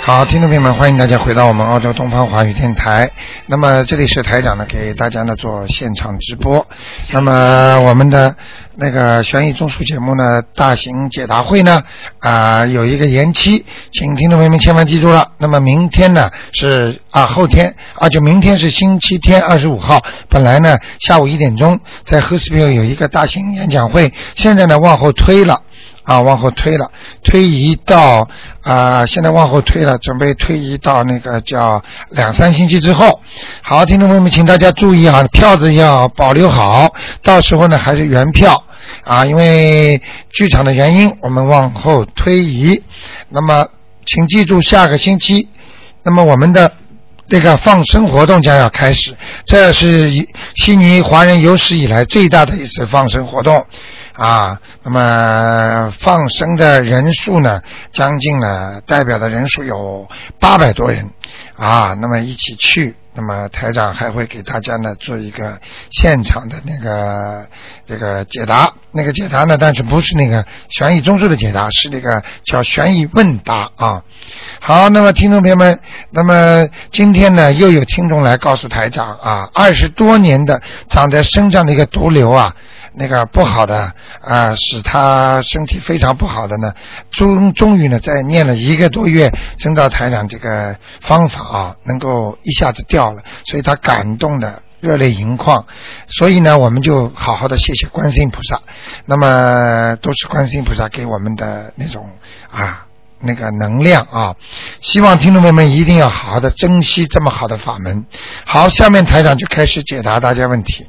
好，听众朋友们，欢迎大家回到我们澳洲东方华语电台。那么这里是台长呢，给大家呢做现场直播。那么我们的那个悬疑综述节目呢，大型解答会呢，啊、有一个延期，请听众朋友们千万记住了。那么明天呢是啊后天啊，就明天是星期天二十五号，本来呢下午一点钟在 h e r s p i l 有一个大型演讲会，现在呢往后推了。啊，往后推了，推移到啊、现在往后推了，准备推移到那个叫两三星期之后。好，听众朋友们，请大家注意啊，票子要保留好，到时候呢还是原票啊，因为剧场的原因，我们往后推移。那么，请记住下个星期，那么我们的。这个放生活动将要开始，这是一悉尼华人有史以来最大的一次放生活动。啊，那么放生的人数呢，将近呢代表的人数有八百多人啊，那么一起去。那么台长还会给大家呢做一个现场的那个这个解答，那个解答呢，但是不是那个悬疑综述的解答，是那个叫悬疑问答啊。好，那么听众朋友们，那么今天呢，又有听众来告诉台长啊，二十多年的长在身上的一个毒瘤啊，那个不好的啊，使他身体非常不好的呢，终终于呢，在念了一个多月征兆台长这个方法啊，能够一下子掉了，所以他感动的热泪盈眶。所以呢，我们就好好的谢谢观世音菩萨，那么都是观世音菩萨给我们的那种啊。那个能量啊，希望听众朋友们一定要好好的珍惜这么好的法门。好，下面台长就开始解答大家问题。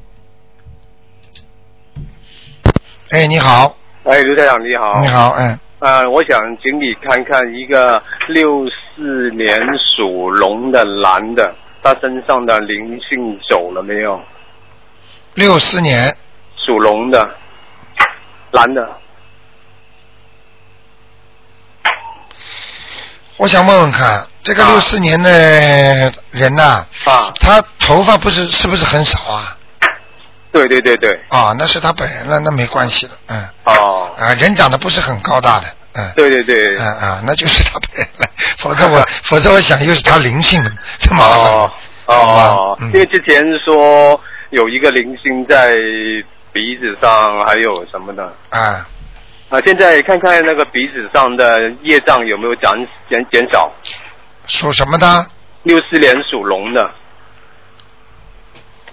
哎，你好，哎，刘台长你好。你。好，哎，呃，我想请你看看一个六四年属龙的男的，他身上的灵性走了没有？六四年，属龙的男的，我想问问看，这个啊六四年的人呐、啊，他头发不是是不是很少啊？对对对对，啊、那是他本人了，那没关系了，嗯，哦，啊，人长得不是很高大的，嗯。对对对，啊啊，那就是他本人了，否则 我否则我想又是他灵性的，这麻烦了。好哦吧，嗯因为之前说有一个灵性在鼻子上，还有什么的。啊，啊，现在看看那个鼻子上的业障有没有减减减少？属什么的？六四年属龙的，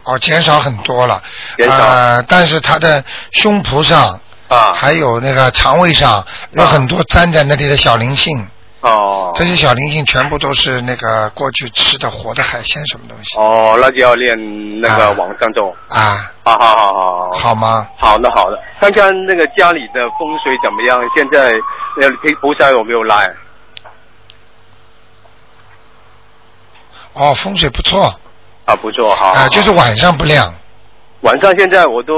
哦，减少很多了。减少呃，但是他的胸脯上啊，还有那个肠胃上有很多粘在那里的小灵性，哦，这些小灵性全部都是那个过去吃的活的海鲜什么东西哦，那就要练那啊个往上走。啊？好好好好好。好吗？好的好的，看看那个家里的风水怎么样？现在呃，菩菩萨有没有来？哦，风水不错啊，不错，好。啊，好就是晚上不亮，晚上现在我都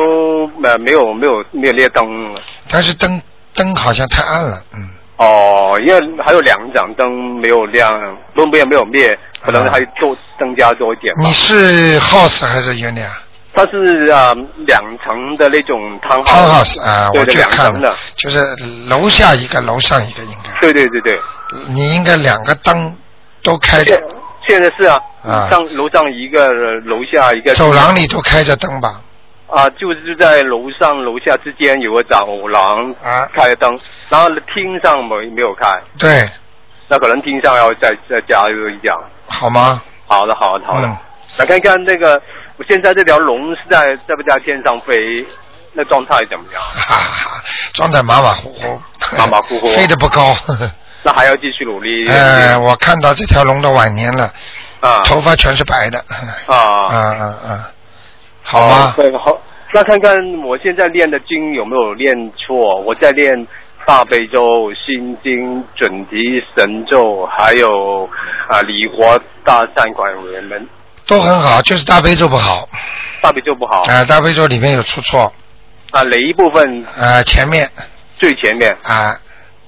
呃没有没有没有列灯但是灯灯好像太暗了，啊嗯。哦，因为还有两盏灯没有亮，都没有没有灭，可能啊嗯还多增加多一点吧你。是 house 还是 unit 啊？它是啊、呃两层的那种汤 townhouse 啊，对我对去两看层了的，，就是楼下一个，楼上一个应该，对对对对。你应该两个灯都开现着，现在是啊，啊上楼上一个，呃楼下一个，走廊里都开着灯吧？啊，就是就在楼上楼下之间有个走廊啊，开了灯，然后厅上没没有开，对，那可能厅上要再再加入一讲。好吗？好的，好的，好的。嗯来看看那个，我现在这条龙是在在不在天上飞？那状态怎么样？哈哈，装的马马虎虎，马马虎虎 飞得不 高。呵呵那还要继续努力。呃，我看到这条龙的晚年了，啊头发全是白的。 啊嗯嗯嗯，好吗？对，好。那看看我现在练的经有没有练错？我在练大悲咒、心经、准提神咒，还有啊礼佛大善款文门。都很好，就是大悲咒不好。大悲咒不好啊，大悲咒里面有出错。啊，哪一部分呃，前面最前面？啊，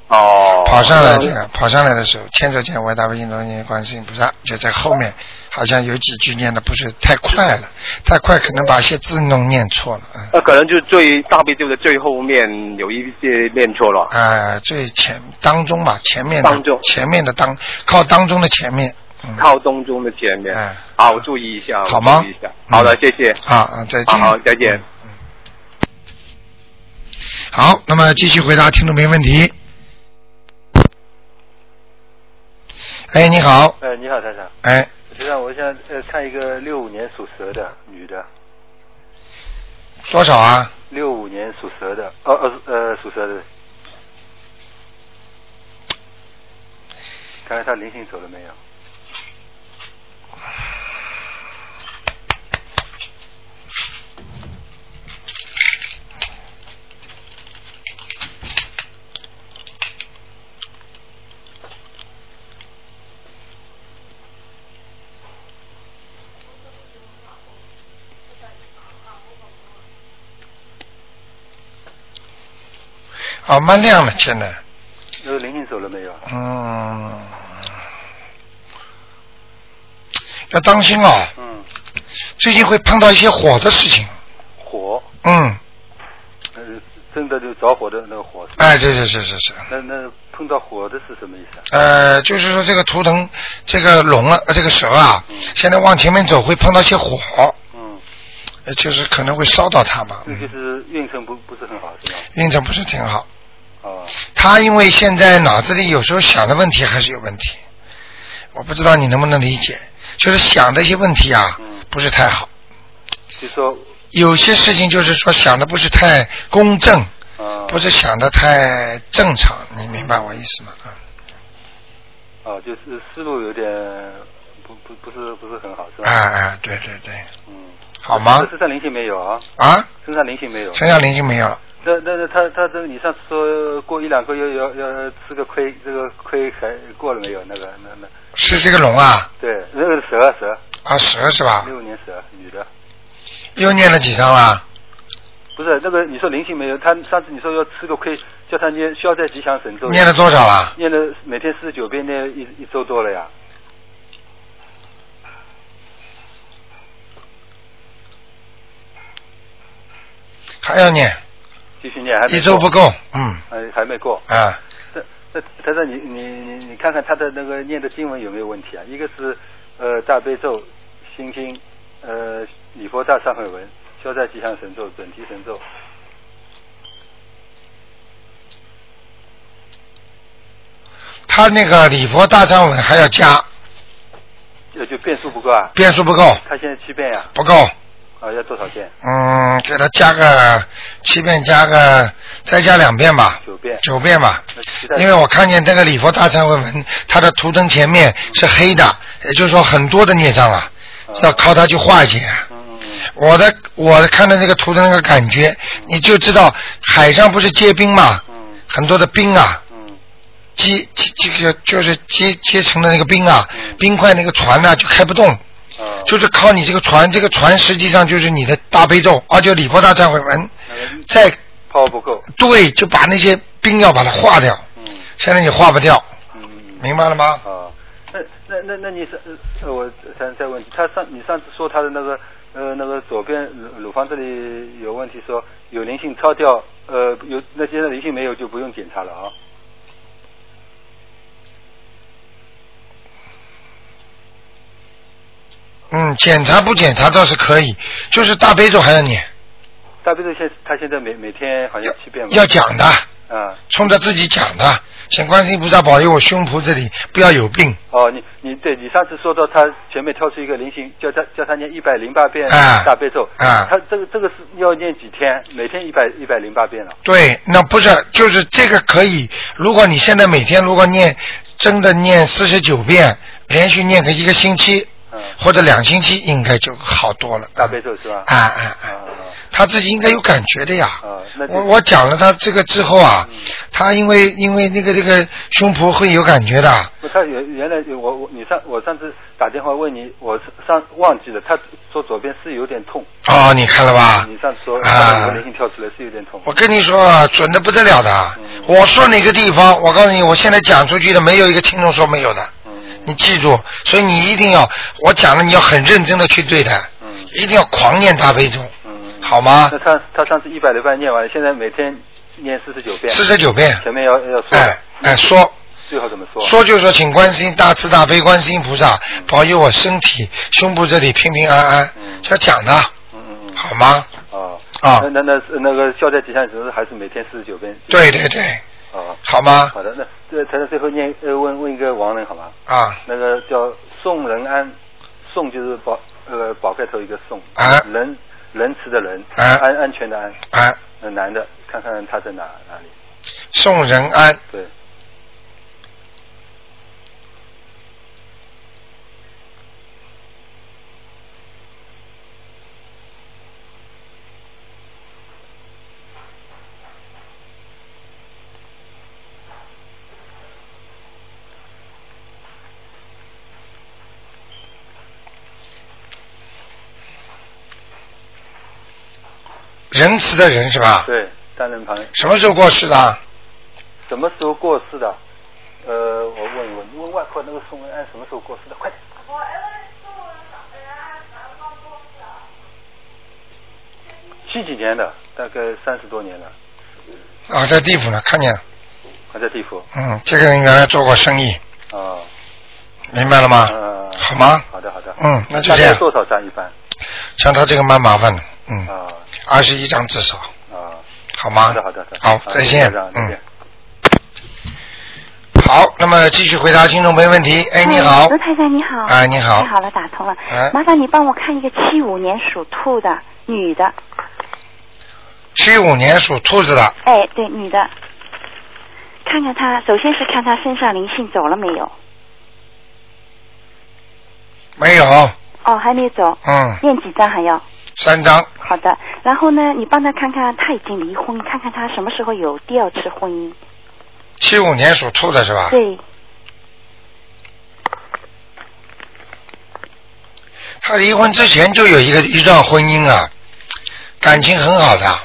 哦，跑上来这个，跑上来的时候，千手千眼大悲心咒念观世音菩萨，啊就在后面，好像有几句念的不是太快了，嗯太快可能把一些字弄念错了，嗯，那可能就是最大悲咒的最后面有一些念错了。啊、最前当中吧，前面的当中前面的当靠当中的前面，嗯，靠东中的前面，哎好，我注意一下，我好吗注意一下，好的，谢谢。啊啊，再见，好好再见嗯。嗯好，那么继续回答听众朋友问题。哎，你好，哎，你好，台长。哎，台长，我想呃看一个六五年属蛇的女的，多少啊？六五年属蛇的，哦哦呃属蛇的，看看她灵性走了没有？哦，蛮亮了，现在，那个灵性走了没有？嗯，要当心哦，嗯，最近会碰到一些火的事情。火，嗯，呃，真的就着火的那个火。哎，对对是是是，那那碰到火的是什么意思啊？呃，就是说这个图腾，这个龙啊，呃这个蛇啊，现在往前面走会碰到一些火，嗯，呃就是可能会烧到它嘛，这个就是运程不不是很好是吧？运程不是挺好。哦，他因为现在脑子里有时候想的问题还是有问题，我不知道你能不能理解，就是想的一些问题啊嗯，不是太好。就说有些事情就是说想的不是太公正，啊，不是想的太正常，你明白我意思吗？嗯哦，就是思路有点不不不是不是很好是吧？哎哎，对对对，嗯，好吗身？上灵性没有啊？啊，身上灵性没有。陈小林就没有了。那那那他他这个你上次说过一两个月要要吃个亏，这个亏还过了没有？那个那那是这个龙啊对，那个蛇蛇，啊蛇是吧？六五年蛇女的，又念了几张了？不是那个你说灵性没有？他上次你说要吃个亏，叫他念消灾吉祥神咒，念了多少了？念了每天四十九遍，念一一周多了呀。还要念，继续念，还没过一周不，够，嗯哎，还没过。啊，那那台长，你你你你看看他的那个念的经文有没有问题啊？一个是呃大悲咒、心经、呃礼佛大忏悔文、消灾吉祥神咒、准提神咒。他那个礼佛大忏文还要加，就就变数不够啊，遍数不够，他现在七遍呀、不够，啊，要多少遍？嗯，给他加个七遍，加个再加两遍吧，九遍。九遍吧。那其他因为我看见这个礼佛大忏悔文，它的图腾前面是黑的，也就是说很多的孽障啊，要靠它去化解。嗯啊嗯嗯我的我看到那个图腾那个感觉，你就知道海上不是结冰嘛，嗯很多的冰啊，嗯结结这个就是结结成的那个冰啊嗯，冰块那个船呢、就开不动，嗯啊，就是靠你这个船，这个船实际上就是你的大悲咒，啊，就礼佛大忏悔文，那个再泡不够。对就把那些冰要把它化掉，嗯现在你化不掉，嗯嗯。明白了吗？啊，那那那那你是呃，我想再问你，他上你上次说他的那个呃那个左边乳乳房这里有问题说，有灵性超掉，呃有那现在灵性没有就不用检查了啊。嗯，检查不检查倒是可以，就是大悲咒还要念，大悲咒现他现在每每天好像七遍吧。要讲的，啊，冲着自己讲的，请观世音菩萨保佑我胸脯这里不要有病，哦，你你对你上次说到他前面挑出一个灵性，叫他叫他念一百零八遍啊大悲咒，啊他这个这个是要念几天？每天一百一百零八遍了。对，那不是就是这个可以。如果你现在每天如果念，真的念四十九遍，连续念个一个星期嗯，或者两星期，应该就好多了。大悲咒是吧？啊啊啊！啊他自己应该有感觉的呀。啊，那就嗯我我讲了他这个之后啊，他因为因为那个那个胸脯会有感觉的，不，他原原来有我我你上我上次打电话问你，我上忘记了，他说左边是有点痛。哦，你看了吧？你上次说啊我灵性跳出来是有点痛。我跟你说啊，准的不得了的嗯。我说哪个地方，我告诉你，我现在讲出去的没有一个听众说没有的，嗯你记住。所以你一定要，我讲了你要很认真的去对待，嗯一定要狂念大悲咒，嗯。好吗那？他他上次一百零八念完了，现在每天念四十九遍。四十九遍，前面要要说。哎哎，说最后怎么说？说就说，请观世音大慈大悲观世音菩萨保佑我身体胸部这里平平安安嗯，要讲的嗯嗯好吗？嗯。啊。啊那那那那个消灾吉祥神咒还是每天四十九遍。对对对，啊。好吗？好的，那这才能最后念呃问问一个亡人好吗？啊，那个叫宋仁安，宋就是宝呃宝盖头一个宋，啊仁仁慈的仁，啊安安全的安，哎，呃男的，看看他在哪哪里？宋仁安，对，仁慈的人是吧？对，单人旁，什么时候过世的？啊什么时候过世的？呃，我问一问，因为外婆那个宋仁安什么时候过世的？快点，啊七几年的，大概三十多年了，啊，在地府呢，看见了。还在地府嗯，这个人原来做过生意，啊，明白了吗？嗯，好吗？好的好的，嗯那就大概这样多少张一般？像他这个蛮麻烦的，嗯，啊二十一张至少，啊，好吗？好的好的好，再见台长，再嗯见。。好，那么继续回答听众没问题。哎，你好罗，太太你好。哎你好太好了，打通了。哎麻烦你帮我看一个七五年属兔的女的，七五年属兔子的，哎，对，女的，看看她，首先是看她身上灵性走了没有？没有，哦，还没走，嗯，念几张还要？三张，好的，然后呢，你帮她看看，她已经离婚，看看她什么时候有第二次婚姻。七五年属兔的是吧？对，他离婚之前就有一个一段婚姻啊，感情很好的，啊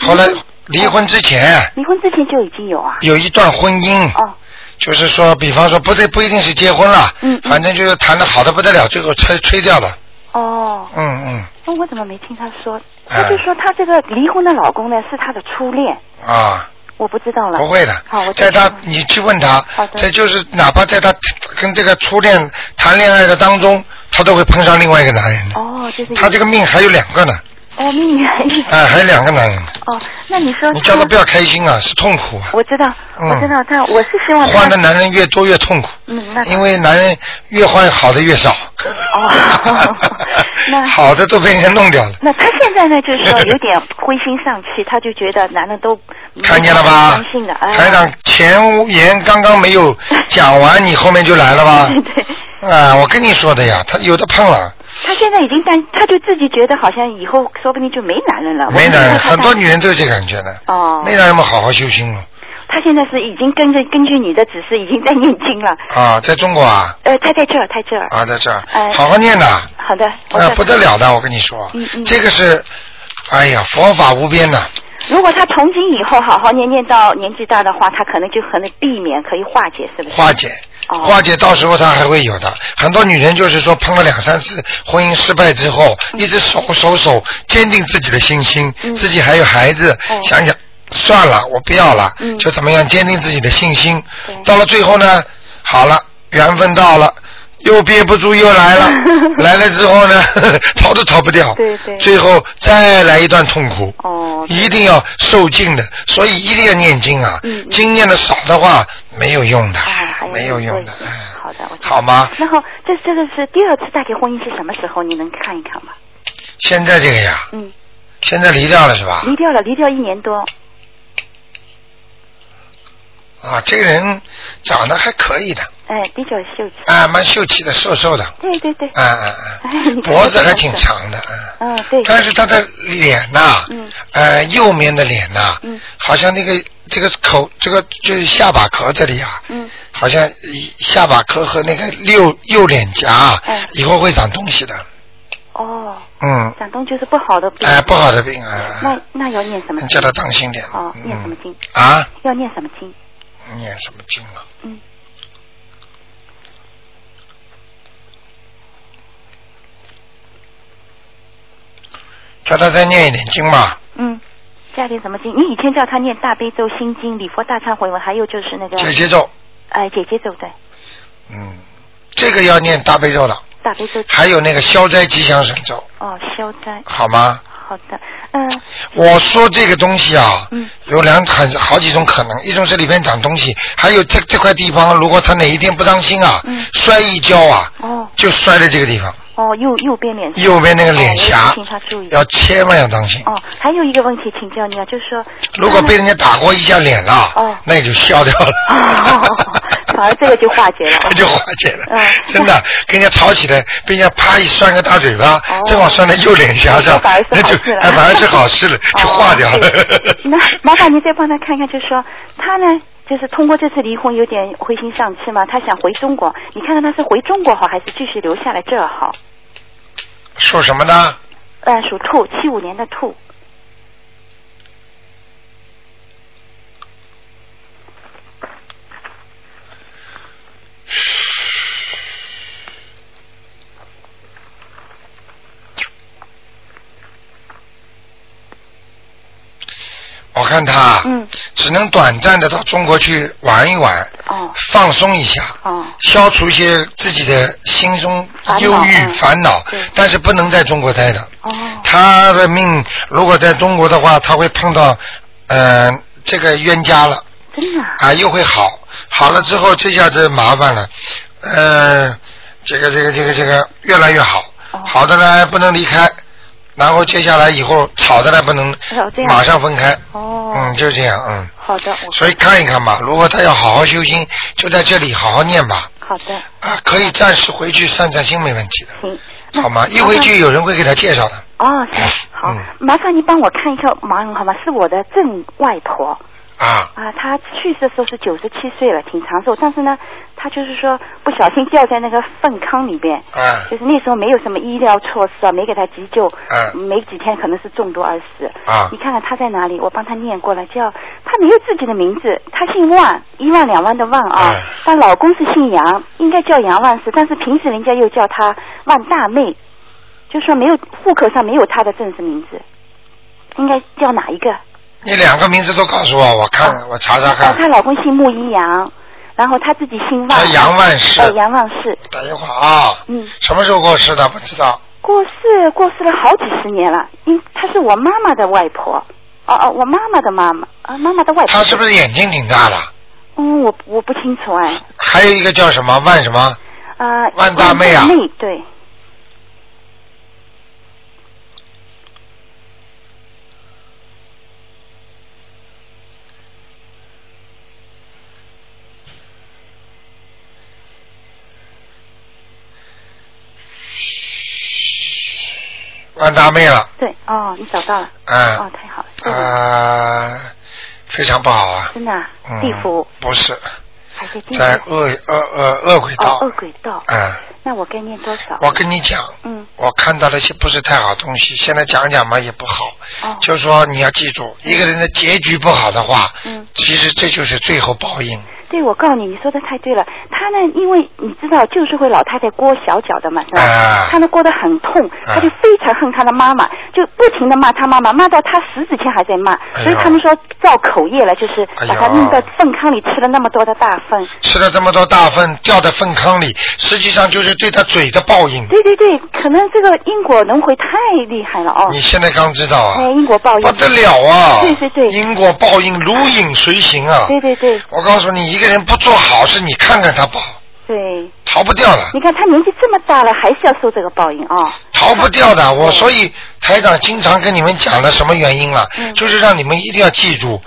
后来离婚之前啊离婚之前就已经有啊。有一段婚姻，哦，就是说，比方说不对，不一定是结婚了，嗯嗯反正就是谈的好的不得了，最后吹吹掉了，哦，嗯嗯，那我怎么没听她说？哎她就说她这个离婚的老公呢是她的初恋，啊，我不知道了。不会的好，我，在知他道了你去问他好，的这就是哪怕在他跟这个初恋谈恋爱的当中，他都会碰上另外一个男人的，哦，就是他这个个命还有两个呢，哦，秘密哎，还有两个男人，哦，那你说你叫他不要？要开心啊，是痛苦啊，我知道，嗯我知道他，我是希望他换的男人越多越痛苦。嗯，那因为男人越换好的越少，哦 那好的都被人家弄掉了。那他现在呢，就是说有点灰心丧气，他就觉得男的都没看见了吧相信的，？哎台长前言刚刚没有讲完，你后面就来了吧？ 对对，啊，我跟你说的呀，他有的碰了，他现在已经担，他就自己觉得好像以后说不定就没男人了。没男哦我人，就怕他很多女人都有这感觉的，哦，没男人们好好修心了他现在是已经跟着根据你的指示已经在念经了。啊，在中国啊呃，他在这儿，他在这儿。啊，在这儿哎好好念呐，好的，我啊再不得了的，我跟你说嗯，嗯这个是，哎呀，佛法无边呐，如果他从今以后好好念念到年纪大的话，他可能就可能避免可以化解，是不是？化解。哦化解到时候她还会有的。很多女人就是说碰了两三次婚姻失败之后，一直守守守，坚定自己的信心，嗯自己还有孩子，哦想想算了，我不要了，嗯就怎么样坚定自己的信心对。到了最后呢，好了，缘分到了。又憋不住又来 了，来了之后呢， 逃都逃不掉，对对最后再来一段痛苦，哦，一定要受尽的，所以一定要念经啊，嗯嗯经念的少的话没有用的，哎还有没有用的对，哎好的，我知道好吗？然后这这个是第二次大结婚姻是什么时候？你能看一看吗？现在这个呀，啊嗯，现在离掉了是吧？离掉了，离掉一年多。啊，这个人长得还可以的，哎，比较秀气。啊，蛮秀气的，瘦瘦的，对对对。啊啊哎啊，脖子还挺。长的，啊，嗯，对。但是他的脸呐、嗯呃，右面的脸呐、嗯好像那个这个口这个就是下巴壳这里啊，嗯好像一下巴壳和那个右右脸颊啊、哎以后会长东西的，哦，嗯，长东就是不好的病。哎，不好的病啊，那那要念什么你经？叫他当心点。哦，念什么嗯经？啊？要念什么经？念什么经啊？嗯。叫他再念一点经吧，嗯，加点什么经？你以前叫他念大悲咒、心经、礼佛大忏悔文，还有就是那个解节咒。呃姐姐咒对，嗯，这个要念大悲咒了，大悲咒还有那个消灾吉祥神咒，哦消灾。好吗？好的，嗯我说这个东西啊，嗯有两很好几种可能，一种是里边长东西，还有这这块地方，如果他哪一天不当心啊，嗯摔一跤啊，哦就摔在这个地方，哦右右边脸上右边那个脸哦颊我请他注意要千万要当心。哦，还有一个问题请教你啊，就是说如果被人家打过一下脸了，哦那也就消掉了，哦 反而这个就化解了就化解了。嗯真的，跟人家吵起来，被人家啪一扇个大嘴巴，哦正好扇在右脸颊上那反而，那是好就事了哎反而是好事了，就化掉了 哦。对那麻烦您再帮他看看，就是说他呢，就是通过这次离婚有点灰心丧气嘛，他想回中国，你看看他是回中国好还是继续留下来这儿好？ 说什么呢？呃，属兔，七五年的兔。我看他嗯，只能短暂的到中国去玩一玩，哦放松一下，哦消除一些自己的心中忧郁烦恼嗯烦恼对，但是不能在中国待的。哦他的命如果在中国的话，他会碰到呃这个冤家了真的啊、啊，又会好，好了之后这下子麻烦了，呃，这个这个这个这个越来越好哦，好的呢不能离开，然后接下来以后吵的呢不能哦这样马上分开，哦，嗯，就这样，嗯，好的，我所以看一看吧，如果他要好好修心，就在这里好好念吧，好的，啊，可以暂时回去散散心没问题的，行。那好吗？一麻回烦去有人会给他介绍的，哦，行，好，嗯麻烦你帮我看一下盲人好吗？是我的正外婆啊，啊，她去世的时候是九十七岁了，挺长寿，但是呢，她就是说不小心掉在那个粪坑里边，啊。就是那时候没有什么医疗措施啊，没给她急救，嗯没几天可能是中毒而死。啊你看看她在哪里？我帮她念过了，叫她没有自己的名字，她姓万，一万两万的万啊嗯，她老公是姓杨，应该叫杨万事，但是平时人家又叫她万大妹，就说没有户口上没有她的正式名字，应该叫哪一个？你两个名字都告诉我，我看、我查查然后看。她老公姓穆一阳，然后她自己姓万他，杨万事，呃杨万事，等一会儿啊，嗯。什么时候过世的不知道过世过世了好几十年了，因她是我妈妈的外婆，哦、哦，我妈妈的妈妈啊，妈妈的外婆。他是不是眼睛挺大的？嗯，我我不清楚哎，还有一个叫什么万什么？啊、万大妹啊万大妹对，万大妹了，对，哦，你找到了，嗯哦，太好了，啊、呃，非常不好啊。真的啊、嗯、地府不是，还在地府，在恶恶恶恶鬼哦道，。恶鬼道，嗯，那我该念多少？我跟你讲，嗯，我看到了一些不是太好东西，现在讲讲嘛也不好。哦，就说你要记住，一个人的结局不好的话，嗯其实这就是最后报应。对，我告诉你，你说的太对了。她呢，因为你知道旧社会老太太裹小脚的嘛，是吧啊？她呢过得很痛，她就非常恨她的妈妈，就不停的骂她妈妈，骂到她死之前还在骂。哎呦所以他们说造口业了，就是哎呦把她弄到粪坑里吃了那么多的大粪。吃了这么多大粪，掉在粪坑里，实际上就是对他嘴的报应。对对对，可能这个因果轮回太厉害了哦。你现在刚知道啊，哎，因果报应不。得了啊！对对对因果报应如影随形啊！ 对对对我告诉你，一个人不做好事，你看看他不好，对，逃不掉的，你看她年纪这么大了，还是要受这个报应啊、逃不掉的。嗯我所以台长经常跟你们讲的什么原因啊？嗯就是让你们一定要记住，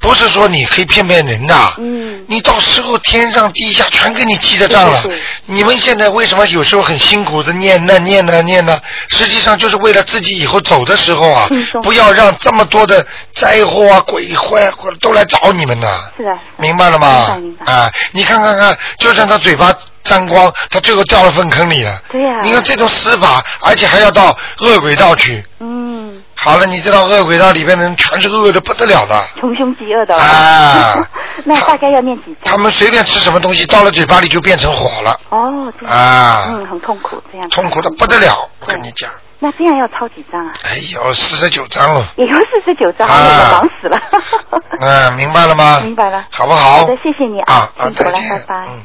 不是说你可以骗骗人的。嗯，你到时候天上地下全给你记在账了对对对。你们现在为什么有时候很辛苦的念呢念呢念呢？实际上就是为了自己以后走的时候啊轻，松不要让这么多的灾祸啊、鬼坏或者都来找你们呢。是的，明白了吗？明白明白啊，你看看看，就算他嘴巴沾光，他最后掉到粪坑里了。对呀你看这种死法，而且还要到恶鬼道去。嗯，好了，你知道恶鬼道里边的人全是恶的不得了的，穷凶极恶的。哦 啊那大概要念几他张？们随便吃什么东西，到了嘴巴里就变成火了，哦，这样。啊嗯，很痛苦，这样。痛苦的不得了。我对跟你讲，那这样要抄几张啊？哎呦，四十九章了，也就四十九张，啊我忙死了。嗯，明白了吗？明白了好不好？好的谢谢你啊啊啊，辛苦再了见，拜拜嗯。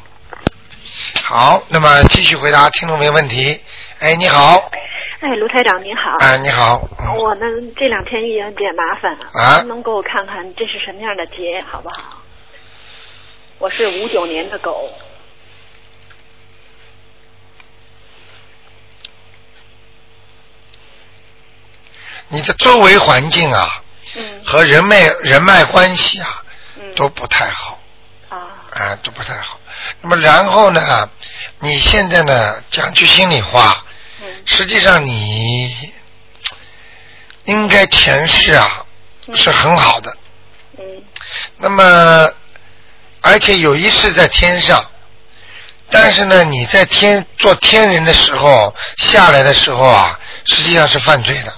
好，那么继续回答听众朋友问题。哎，你好，哎，卢台长您好。哎，你好，嗯我呢这两天遇见点麻烦了，啊能不能给我看看这是什么样的劫，好不好？我是五九年的狗，你的周围环境啊嗯和人脉人脉关系啊嗯都不太好，啊啊都不太好。那么然后呢，啊你现在呢讲句心里话，嗯实际上你应该前世啊嗯是很好的，嗯那么而且有一世在天上。但是呢，你在天做天人的时候，下来的时候啊，实际上是犯罪的。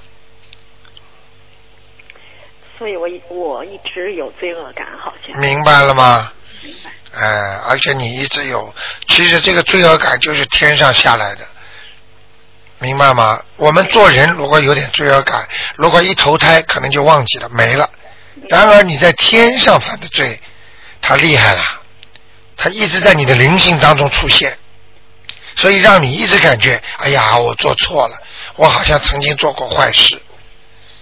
所以我一我一直有罪恶感，好像明白了吗？明白哎、而且你一直有，其实这个罪恶感就是天上下来的，明白吗？我们做人如果有点罪恶感，如果一投胎可能就忘记了，没了。然而你在天上犯的罪，它厉害了，它一直在你的灵性当中出现，所以让你一直感觉，哎呀，我做错了，我好像曾经做过坏事，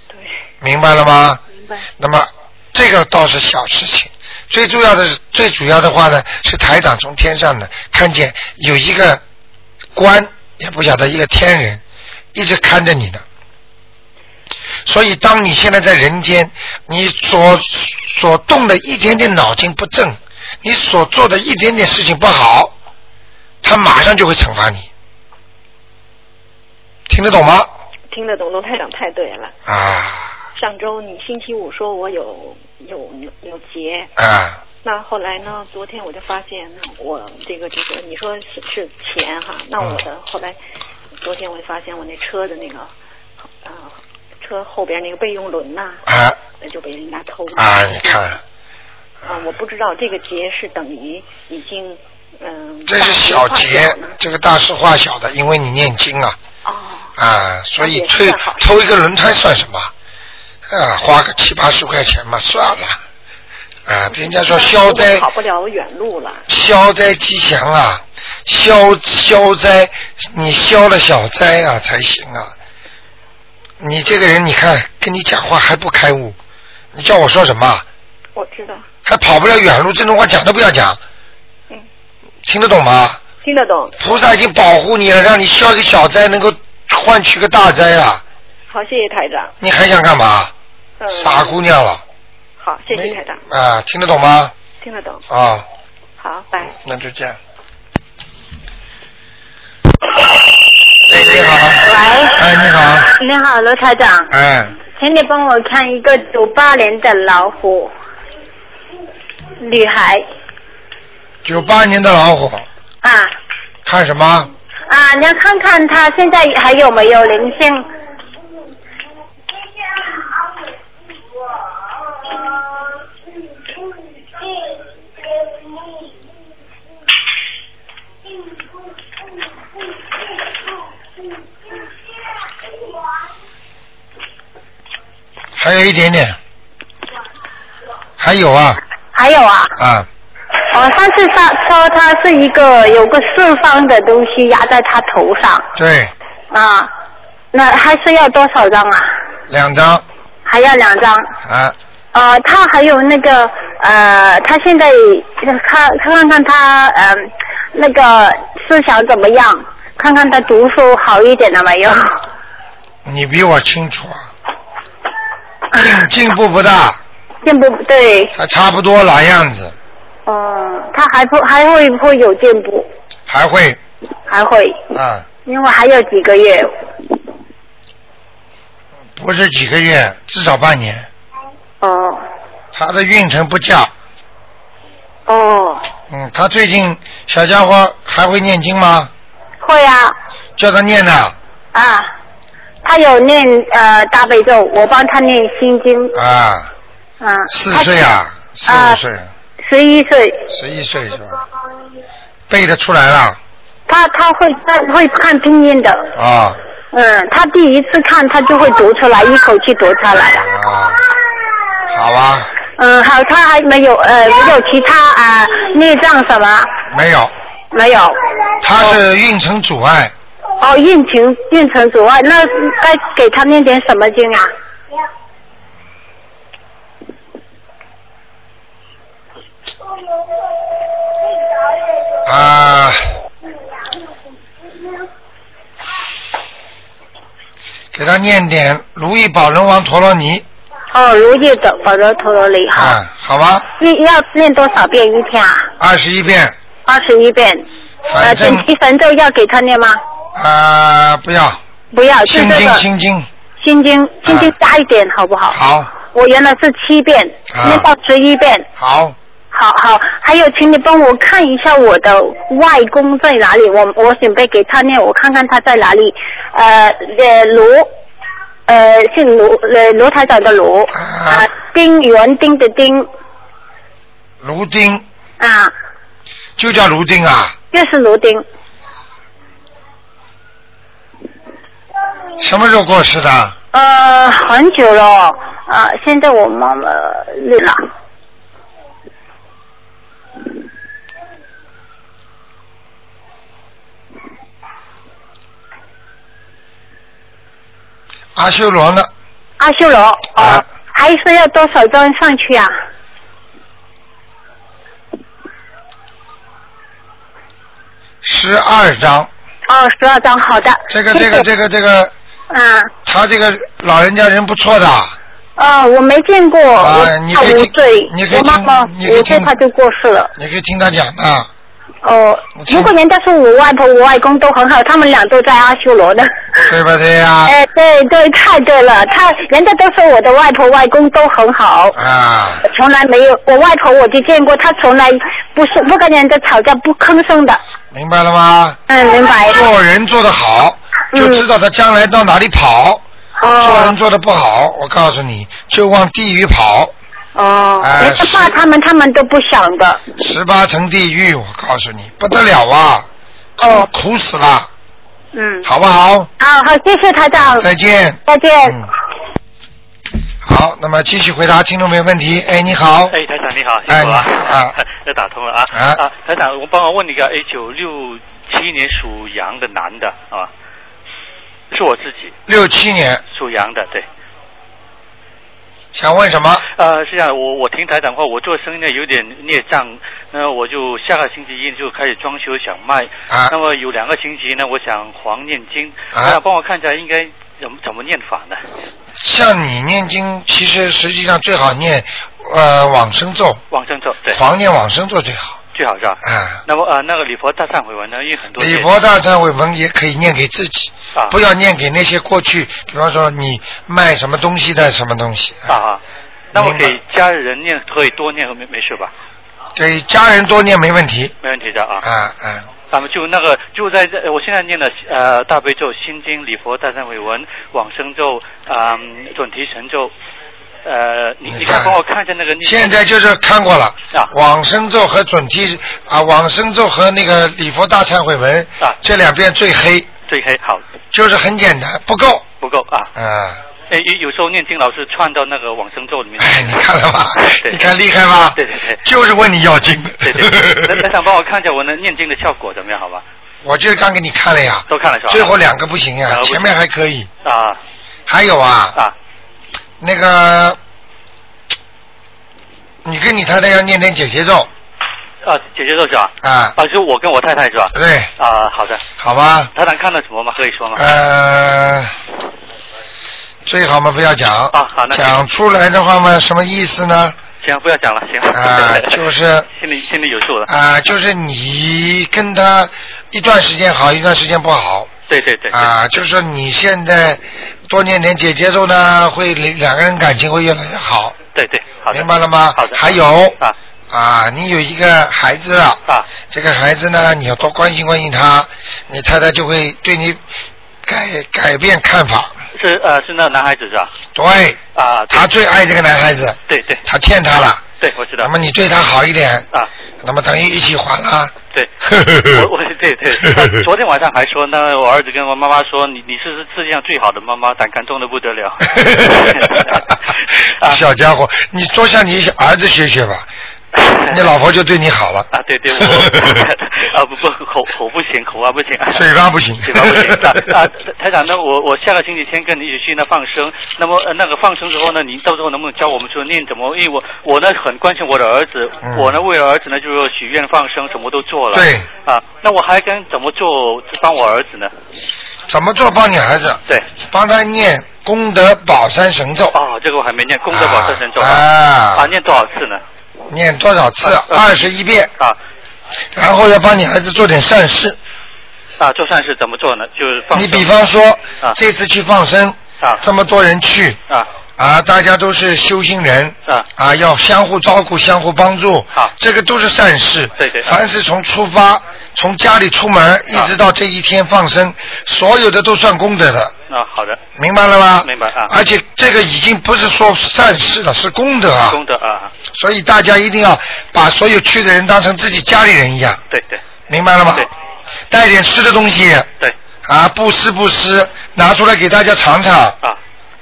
对明白了吗？明白那么这个倒是小事情，最重要的是最主要的话呢，是台长从天上呢看见有一个官，也不晓得一个天人，一直看着你呢。所以，当你现在在人间，你所所动的一点点脑筋不正，你所做的一点点事情不好，他马上就会惩罚你。听得懂吗？听得懂卢台长太对了。啊上周你星期五说我有有有劫，啊，那后来呢？昨天我就发现我这个这个，你说是是钱哈，那我嗯的后来昨天我就发现我那车的那个呃车后边那个备用轮呐、啊那呃就被人家偷了啊！你看，啊，我不知道这个劫是等于已经嗯，这是小大劫劫化了，这个大事化小的，因为你念经啊哦，啊，所以也是推算好事偷一个轮胎算什么？啊，花个七八十块钱嘛，算了。啊，人家说消灾那嗯我跑不了远路了，消灾吉祥啊，消消灾，你消了小灾啊才行啊。你这个人，你看跟你讲话还不开悟，你叫我说什么啊？我知道，还跑不了远路，这种话讲都不要讲。嗯，听得懂吗？听得懂，菩萨已经保护你了，让你消一个小灾，能够换取个大灾啊！好，谢谢台长，你还想干嘛？嗯，傻姑娘了，好，谢谢台长，没啊！听得懂吗？听得懂，啊，好，拜。那就这样。哎，你好。喂哎，你好。你好，罗台长，哎，请你帮我看一个九八年的老虎女孩九八年的老虎，啊看什么？啊，你要看看她现在还有没有灵性？啊还有一点点。还有啊还有啊，啊！我上次她说她是一个有个四方的东西压在她头上对，啊，那还是要多少张啊？两张还要两张。啊。呃，他还有那个呃，他现在看看看他呃那个思想怎么样，看看他读书好一点了没有？ 你比我清楚啊，进进步不大。进见不对，还差不多老样子，嗯，他还不还会不会有进步？还会还会，啊，因为还有几个月，不是几个月，至少半年。哦他的运程不佳，哦，嗯，他最近小家伙还会念经吗？会啊叫他念呐、啊，他有念呃大悲咒，我帮他念心经啊，啊，四他岁啊，四五啊岁，十一岁，十一岁是吧？背得出来了他他会他会看拼音的，啊嗯，他第一次看他就会读出来，一口气读出来了。啊，好吧，嗯，好，他还没有呃，没有其他啊、孽障什么没有，没有。他是运程阻碍，哦，运程运程阻碍，那该给他念点什么经啊？啊，给他念点如意宝轮王陀罗尼哦，如意的宝罗陀罗尼，好，啊，好吧，念、要念多少遍一天啊？二十一遍，二十一遍。呃，反正准提神咒要给他念吗？啊，不要，不要，就心这经个心经，啊心经，心经加一点好不好？好，我原来是七遍，啊念到十一遍。好，好好，还有，请你帮我看一下我的外公在哪里，我我准备给他念，我看看他在哪里。呃，呃卢，呃姓卢，呃卢台长的卢，啊啊，丁园丁的丁，卢丁啊，就叫卢丁啊，就是卢丁，什么时候过世的？呃，很久了，啊，现在我妈妈累了，阿修罗呢？阿修罗，哦、啊还是要多少张上去啊？十二章。哦，十二张，好的，这个谢这谢个这个这个，啊。他这个老人家人不错的，啊，我没见过，啊我你他可以五听岁你，可以我妈听妈你可以五岁听她就过世了。你可以听他讲啊的。哦我，听如果人家说我外婆、我外公都很好，他们俩都在阿修罗呢。对不对呀、 哎，对对，太对了，他人家都说我的外婆、外公都很好啊？，啊，从来没有我外婆我就见过，她从来不是不跟人家吵架，不吭声的。明白了吗？嗯，明白。嗯做人做得好，就知道他将来到哪里跑。做哦人做得不好，我告诉你，就往地狱跑，哦，哎人家是骂他们，他们都不想的。十八层地狱，我告诉你，不得了啊！哦苦死了，嗯，好不好？好好，谢谢台长，再见。再见。嗯。好，那么继续回答听众朋友问题。哎，你好。哎，台长你好，辛哎苦了你好啊， 又打通了啊啊啊！台长，我帮我问一个，一九六七年属羊的男的啊，是我自己六七年，属羊的，对，想问什么？呃，是这样，我我听台长话，我做生意呢有点孽障，那我就下个星期一就开始装修想卖，啊那么有两个星期呢，我想黄念经，啊台长帮我看一下应该怎么怎么念法呢？像你念经，其实实际上最好念呃往生咒，往上走，对，狂念往生咒最好最好是吧？啊。那么呃，那个礼佛大忏悔文呢，因为很多礼业佛大忏悔文也可以念给自己，啊不要念给那些过去，比方说你卖什么东西的什么东西，啊，那我明白给家人念可以多念没没事吧？给家人多念没问题没问题的啊啊。啊咱们就那个就在这，我现在念的呃大悲咒、心经、礼佛、大忏悔文、往生咒、啊、准提神咒。呃，你你你看看帮我看一下那个念现在就是看过了啊，往生咒和准提啊，往生咒和那个礼佛大忏悔文啊这两遍最黑，最黑好就是很简单，不够不够啊。啊。哎，有有时候念经老是串到那个往生咒里面。哎，你看了吧？ 对你看厉害吧？对对对就是问你要经。对对，那那想帮我看一下我那念经的效果怎么样？好吧，我就是刚给你看了呀，都看了是吧？最后两个不行呀、两个不行前面还可以。啊还有啊，啊那个，你跟你太太要念点解结咒啊，姐姐咒是吧？啊，啊，就我跟我太太是吧？对，啊，好的。好吧？台长看了什么吗？可以说吗？呃，最好嘛不要讲。啊好那行讲出来的话嘛，什么意思呢？行，不要讲了，行。啊就是。 心里心里有数了。啊、就是你跟他一段时间好，一段时间不好。对对对。啊、就是说你现在多念点姐姐咒呢，会两个人感情会越来越好。对对，好的。明白了吗好的。还有啊啊，你有一个孩子啊，啊，这个孩子呢，你要多关心关心他，你太太就会对你改改变看法。是呃是那个男孩子是吧？对，啊，对他最爱这个男孩子，对对他欠他了，对，我知道那。么你对他好一点，啊，那么等于一起还了。。对，我我对对，他昨天晚上还说呢，我儿子跟我妈妈说，你你是世界上最好的妈妈，胆感动的不得了啊 小家伙，你多向你儿子学学 吧，你老婆就对你好了。啊，对对，我 啊不不口口不行，口啊不行，嘴巴不行 嘴巴不行。 啊，啊台长，那我我下个星期天跟你一起去那放生，那么、呃、那个放生之后呢，您到时候能不能教我们说念怎么？因为我我呢很关心我的儿子，嗯我呢为了儿子呢就是许愿放生，什么都做了。对。啊，那我还跟怎么做帮我儿子呢？怎么做帮你孩子？对，帮他念功德宝山神咒，哦，这个我还没念，功德宝山神咒啊啊，念多少次呢？念多少次？啊二十一遍。啊然后要帮你孩子做点善事。啊，做善事怎么做呢？就是放你生。比方说啊，这次去放生，啊这么多人去，啊啊，大家都是修行人，啊啊，要相互照顾、相互帮助，好这个都是善事。对啊对啊凡是从出发，从家里出门，一直到这一天放生，所有的都算功德的，啊，好的，明白了吗？明白啊而且这个已经不是说善事了，是功德啊。功德啊，所以大家一定要把所有去的人当成自己家里人一样，对对明白了吗对？带点吃的东西对啊，布施布施，拿出来给大家尝尝。啊。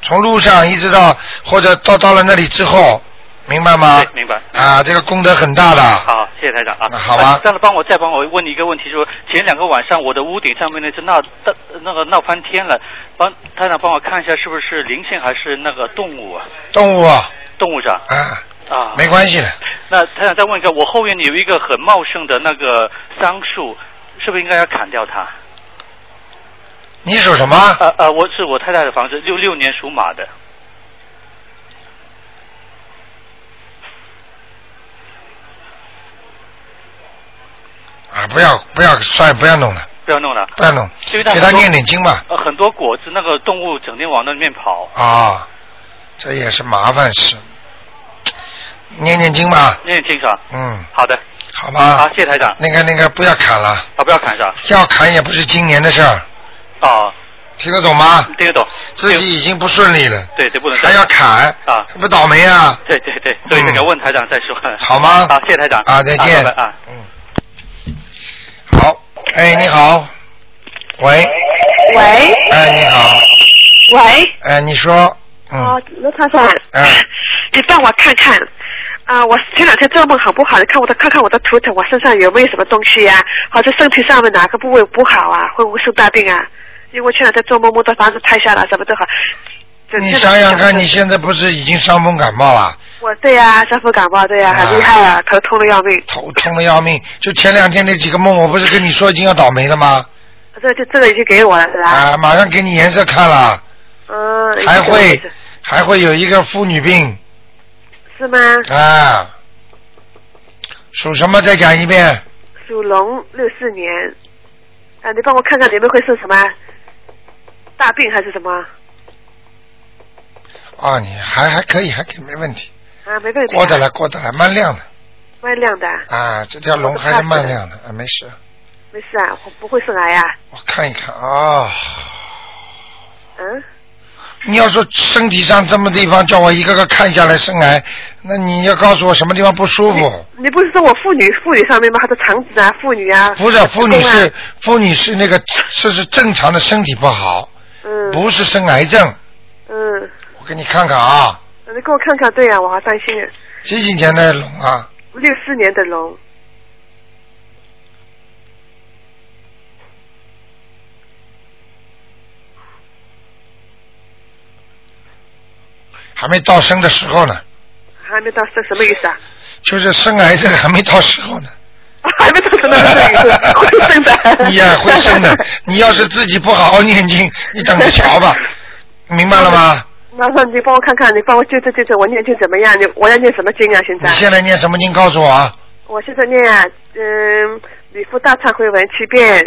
从路上一直到或者到到了那里之后，明白吗？对明白啊，这个功德很大的。好，谢谢台长啊。那好吧呃再帮我再帮我问一个问题，就是前两个晚上我的屋顶上面那只闹大那个闹翻天了，帮台长帮我看一下是不是灵性还是那个动物啊？动物啊，动物长啊啊，没关系的，那台长再问一个，我后院有一个很茂盛的那个桑树，是不是应该要砍掉它？你属什么？呃呃，我是我太太的房子，六六年属马的。啊，不要不要算不要弄了，不要弄了，不要弄，因为给他很多念点经吧。呃，很多果子那个动物整天往那里面跑，啊，这也是麻烦事，念念经吧。念经上。嗯，好的，好吧。好，谢谢台长。那个那个不要砍了，啊，不要砍是吧？要砍也不是今年的事儿，哦，听得懂吗？听得懂。自己已经不顺利了，对对，不能还要砍啊不倒霉啊？对对对，所以那个问台长再说。好吗？好，谢谢台长。啊，再见。拜拜啊。嗯。好，哎，你好，喂，喂哎，你好，喂，哎，你说，哦嗯，，罗先生，嗯你帮我看看，啊、我前两天做梦好不好？看我的，看看我的图腾，我身上有没有什么东西呀、或者身体上面哪个部位不好啊？会不会生大病啊？因为我前两天做梦梦到房子拆下来，什么都好。就你这种想想看，就你现在不是已经伤风感冒了，我对呀、伤风感冒对呀、啊很厉害啊，头痛的要命。头痛的要命，就前两天那几个梦，我不是跟你说已经要倒霉了吗？这这这个已经给我了是吧？啊，马上给你颜色看了，嗯，已经还给我会了还会有一个妇女病是吗？啊，属什么？再讲一遍，属龙，六四年。啊，你帮我看看里面会是什么大病还是什么啊，你还还可以，还可以，没问题，啊？没问题、啊。过得来，过得来，蛮亮的。外亮的啊，啊，这条龙还是蛮亮的，啊，没事，没事啊，我不会生癌啊。我看一看啊。嗯，你要说身体上这么地方叫我一个个看下来生癌，那你要告诉我什么地方不舒服？你不是说我妇女妇女上面吗？还是肠子啊，妇女啊？不是，妇女子宫啊是妇女是那个这是正常的身体不好，嗯不是生癌症。嗯，我给你看看啊，你给我看看，对啊，我好担心啊。几几年的龙啊？六四年的龙，还没到生的时候呢，还没到生，什么意思啊？就是生癌症还没到时候呢。还没到生 那个意思，啊会生的。你呀、会生的。你要是自己不好好念经，你等着瞧吧，明白了吗？麻烦你帮我看看，你帮我纠正纠正我念经怎么样？你我要念什么经啊？现在你现在念什么经？告诉我啊。我现在念啊，嗯，礼佛大忏悔文七遍，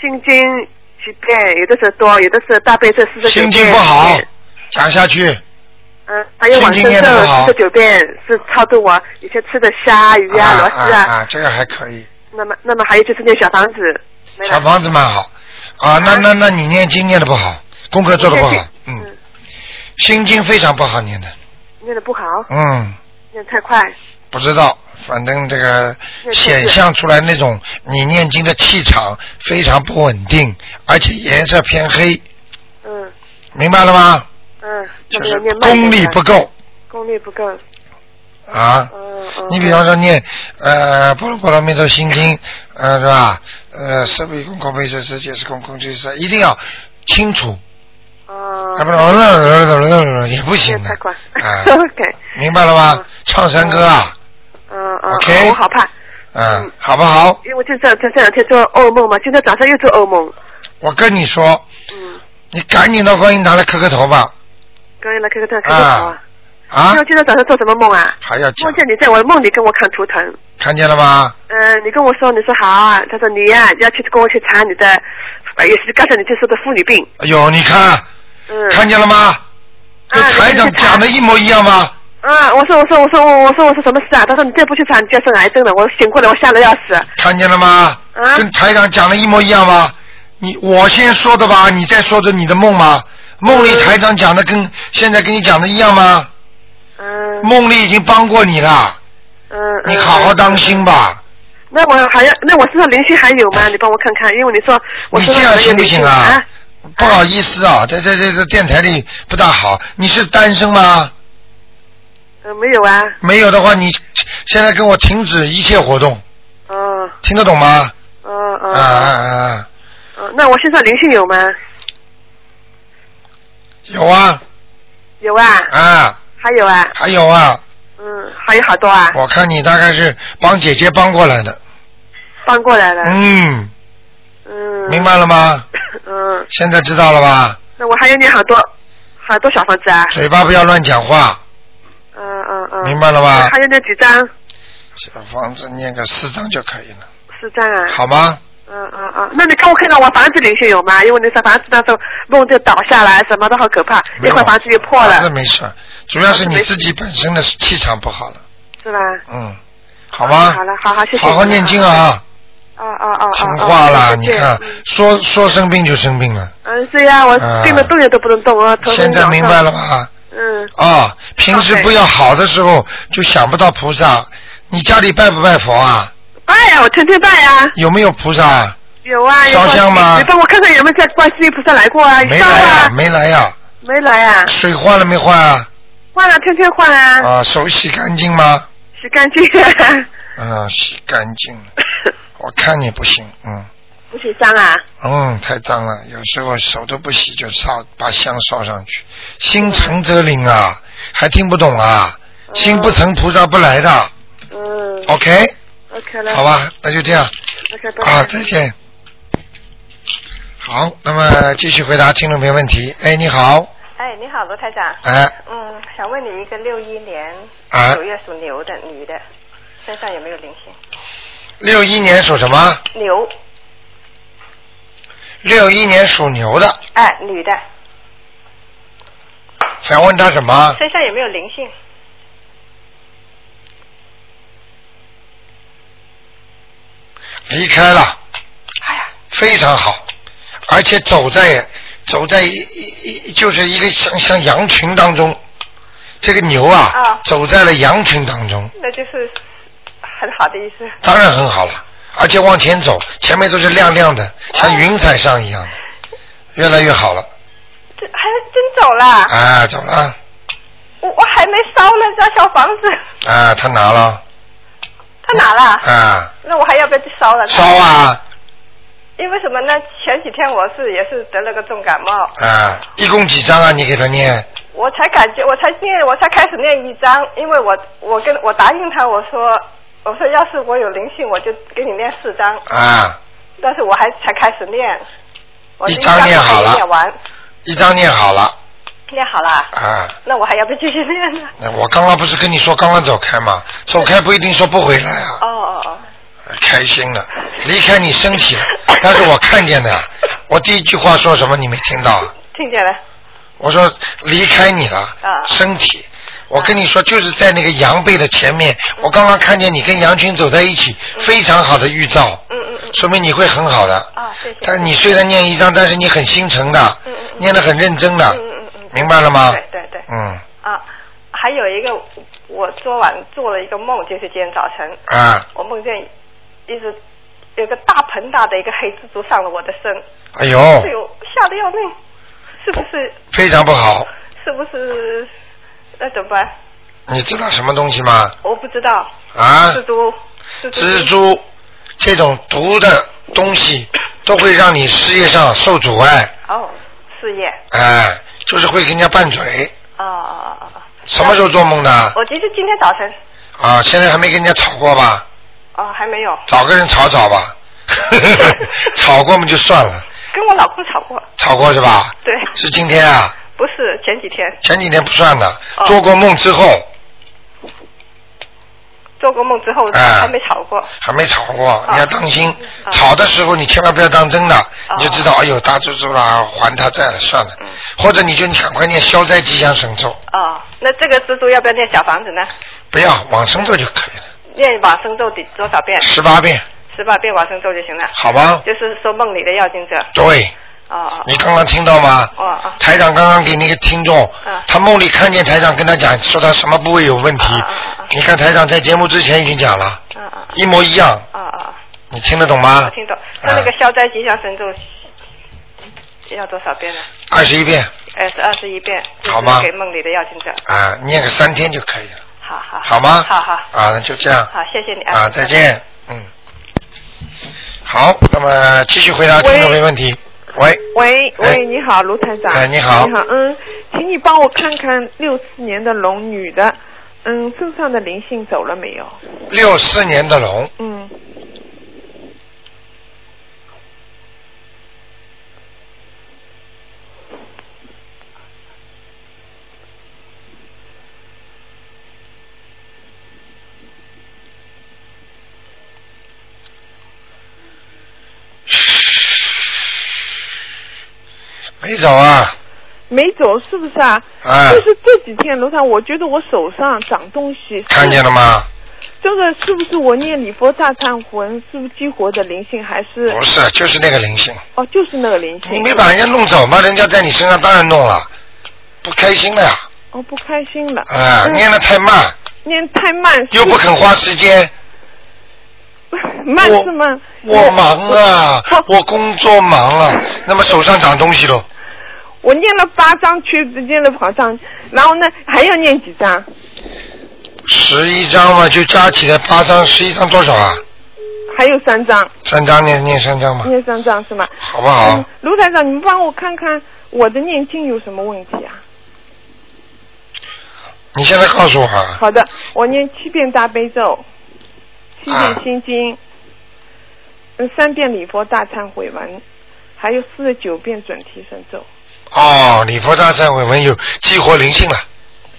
心经七遍，有的时候多，有的时候大悲咒四十九遍。心经不好，讲下去。嗯，还有往心经生念咒得不好四十九遍是超度我以前吃的虾、鱼啊、啊螺啊丝啊。啊，这个还可以，那么，那么还有就是念小房子，没了小房子蛮好。啊，那那那你念经念的不好，功课做的不好，嗯，心经非常不好念的，念的不好，嗯，念得太快。不知道，反正这个那就是显象出来那种你念经的气场非常不稳定，而且颜色偏黑，嗯明白了吗？嗯，就那么是要念慢一点功力啊不，够功力不够。啊。嗯嗯。你比方说念呃《波罗波罗蜜多心经》，呃是吧？呃，色不异空，空非色，色即是空，空即是色，一定要清楚，嗯。啊不是呃也不行念的太快。嗯啊 OK，明白了吗？唱山歌啊，嗯嗯 OK 嗯，我好怕，嗯，好不好？因为我就这这这两天做噩梦嘛，今天早上又做噩梦。我跟你说，嗯，你赶紧到观音堂来磕个头吧，刚才来看看这看个头啊。啊因，为今天早上做什么梦啊？还要讲梦，见你在我的梦里跟我看图腾。看见了吗？嗯，你跟我说，你说好啊，他说你呀、要去跟我去查你的，呃也是刚才你就说的妇女病。哎呦，你看嗯。看见了吗？跟啊台你长去查讲的一模一样吗？啊！我说我说我说我我说我说什么事啊？他说你再不去查，你就要生癌症了。我醒过来，我吓得要死。看见了吗？啊跟台长讲的一模一样吗？你我先说的吧，你再说着你的梦吗？梦里台长讲的跟现在跟你讲的一样吗？嗯梦里已经帮过你了，嗯。你好好当心吧。那我还要，那我身上灵性还有吗？你帮我看看，因为你说我你身这上样可能有行不灵行性啊？？不好意思啊，在在在这电台里不大好。你是单身吗？嗯，没有啊。没有的话，你现在跟我停止一切活动，嗯听得懂吗？嗯啊嗯。啊啊！嗯，那我身上灵性有吗？有啊有啊，啊，还有啊，还有啊，嗯，还有好多啊，我看你大概是帮姐姐帮过来的，搬过来了。嗯。嗯。明白了吗？嗯，现在知道了吧？那我还要念好多，好多小房子啊。嘴巴不要乱讲话。嗯嗯嗯。明白了吧还要念几张？小房子念个四张就可以了，四张啊。好吗？嗯嗯嗯，那你看我看看我房子灵性有吗？因为你说房子那时候梦就倒下来，什么都好可怕，没有一啊会儿房子又破房子了，没事儿，主要是你房子没事自己本身的气场不好了，是吧？嗯，好吗？好了，好好谢谢。好好念经！啊，哦哦哦哦。听话啦！哦你谢谢看，嗯说说生病就生病了，嗯，是呀，我根本动也都不能动啊，头现在明白了？吧？嗯，啊，平时不要好的时候就想不到菩萨，你家里拜不拜佛啊？拜呀，我天天拜呀，有没有菩萨啊？有啊。有烧香吗你帮我看看有没有在观世音菩萨来过啊？没烧来呀、啊，没来呀、没来啊，水换了没换啊？换了，天天换啊，啊，手洗干净吗？洗干净。啊，洗干净了。我看你不行，嗯 不许脏啊！嗯，太脏了，有时候手都不洗就烧，把香烧上去。心诚则灵啊，还听不懂啊？心不诚，菩萨不来的。嗯 OK， ，OK 了，好吧，那就这样，OK，拜拜啊，再见。好，那么继续回答听众朋友问题。哎，你好，哎，你好，罗台长。哎嗯，想问你一个六一年哎九，月属牛的女的，身上有没有灵性？六一年属什么？牛，六一年属牛的，哎，女的，想问他什么？身上有没有灵性？离开了，非常好，而且走在走在一一一就是一个像像羊群当中，这个牛啊、啊走在了羊群当中，那就是很好的意思。当然很好了，而且往前走，前面都是亮亮的，像云彩上一样的，越来越好了这还真走了，啊，走了我我还没烧呢，这小房子，啊，他拿了他哪了？啊，那我还要不要去烧了？烧！啊因为什么呢？前几天我是也是得了个重感冒，啊，一共几张啊？你给他念我才感觉，我才念，我才开始念一张，因为我我跟我答应他，我说我说要是我有灵性，我就给你念四张，啊，但是我还才开始念，我一第张张念还没好了念完，一张念好了，练好了，啊。那我还要不继续练呢？ 那我刚刚不是跟你说刚刚走开吗？走开不一定说不回来啊，哦哦哦，开心了，离开你身体了，但是我看见的，我第一句话说什么你没听到啊？听见了，我说离开你了，啊身体。我跟你说，就是在那个羊背的前面，我刚刚看见你跟羊群走在一起，非常好的预兆，嗯嗯嗯，说明你会很好的。啊，谢谢。但你虽然念一章，但是你很心诚的，嗯嗯嗯念得很认真的，嗯嗯嗯，明白了吗对对对，嗯啊，还有一个，我昨晚做了一个梦，就是今天早晨，啊，我梦见一只有个大盆大的一个黑蜘蛛上了我的身，哎呦，哎呦，吓得要命，是不是？非常不好。是不是？那怎么办？你知道什么东西吗？我不知道，啊，蜘蛛，蜘蛛，蜘蛛这种毒的东西都会让你事业上受阻碍，哦，事业，哎、就是会跟人家拌嘴。啊啊啊啊！什么时候做梦的？我其实今天早晨，啊，现在还没跟人家吵过吧？哦，还没有，找个人吵吵吧， 吵过嘛就算了，跟我老公吵过，吵过是吧？对，是今天啊，不是前几天前几天不算的，哦做过梦之后做过梦之后哎还没吵过，还没吵过，你要当心。哦吵的时候你千万不要当真的，你就知道，哎呦，大蜘蛛啦，还他债了，算嗯了。或者你就赶快念消灾吉祥神咒，哦，那这个蜘蛛要不要念小房子呢？不要往生咒就可以了，念往生咒得多少遍？十八遍，十八遍往生咒就行了。好吗？就是说梦里的要经者。对，哦哦你刚刚听到吗？哦哦台长刚刚给那个听众嗯，他梦里看见台长跟他讲说他什么部位有问题嗯嗯嗯，你看台长在节目之前已经讲了，哦哦一模一样，哦哦你听得懂哦，我吗？啊听懂。那那个消灾吉祥神咒要多少遍呢？二十一遍二十二十一遍，就是好吗给梦里的要经者。啊，念个三天就可以了，好好。好吗？好好啊，那就这样好，谢谢你啊，再。见，嗯。好，那么继续回答听众朋友问题。喂，喂哎喂，你好，卢台长。哎你好你好，嗯，请你帮我看看六四年的龙女的，嗯，身上的灵性走了没有？六四年的龙，嗯，没走啊，没走，是不是啊？哎就是这几天，卢台长，我觉得我手上长东西。看见了？嗯吗？这个是不是我念礼佛大忏魂，是不是激活的灵性，还是不是，就是那个灵性。哦，就是那个灵性？你没把人家弄走吗？人家在你身上当然弄了，不开心了呀！哦，不开心了。啊，嗯念的太慢，念太慢，又不肯花时间，慢我是吗？哎我忙啊，我工作忙啊，那么手上长东西喽。我念了八张，去念了好像，然后呢还要念几张？十一张嘛，就加起来八张，十一张多少啊？还有三张，三张念念三张嘛，念三张是吗？好不好嗯？卢台长，你们帮我看看我的念经有什么问题啊？你现在告诉我啊，好的，我念七遍大悲咒，七啊遍心经，嗯、三遍礼佛大忏悔文，还有四十九遍准提神咒，哦，礼佛大忏悔文有激活灵性了，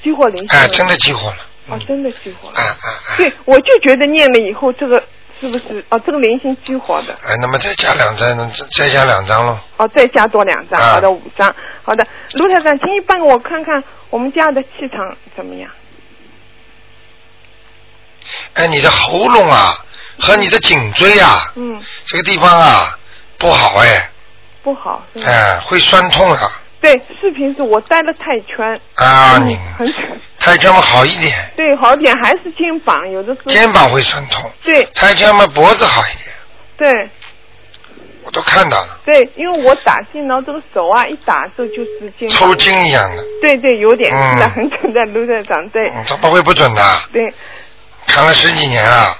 激活灵性了。哎，真的激活了，哦，真的激活了。哎哎哎，对，我就觉得念了以后，这个是不是哦？这个灵性激活的。哎，那么再加两张，再加两张喽。哦，再加多两张，啊好的，五张。好的，卢台长，请你帮我看看我们家的气场怎么样？哎，你的喉咙啊和你的颈椎啊，嗯，这个地方啊不好哎，不好，是吧？哎，会酸痛啊对，视频是我戴了泰拳，啊，嗯你很 太这么好一点，对，好点还是肩膀，有的是，肩膀会酸痛，对太这么脖子好一点，对我都看到了，对，因为我打电脑这个手啊，一打就就是肩膀，抽筋一样的，对对，有点，嗯是的，很准的，卢台长，对嗯，怎么会不准呢？对。看了十几年 啊，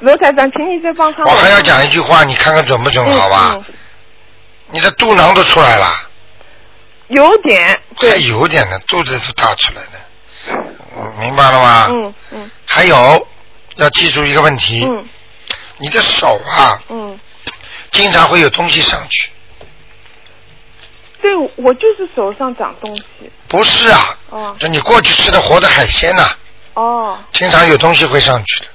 卢卢台长，请你再帮看嗯我还要讲一句话，你看看准不准嗯好吧？嗯你的肚囊都出来了，有点，还有点呢，肚子都大出来了，嗯明白了吗？嗯嗯还有，要记住一个问题，嗯你的手啊，嗯，经常会有东西上去，对，我就是手上长东西。不是啊，哦这你过去吃的活的海鲜呐、哦，经常有东西会上去的。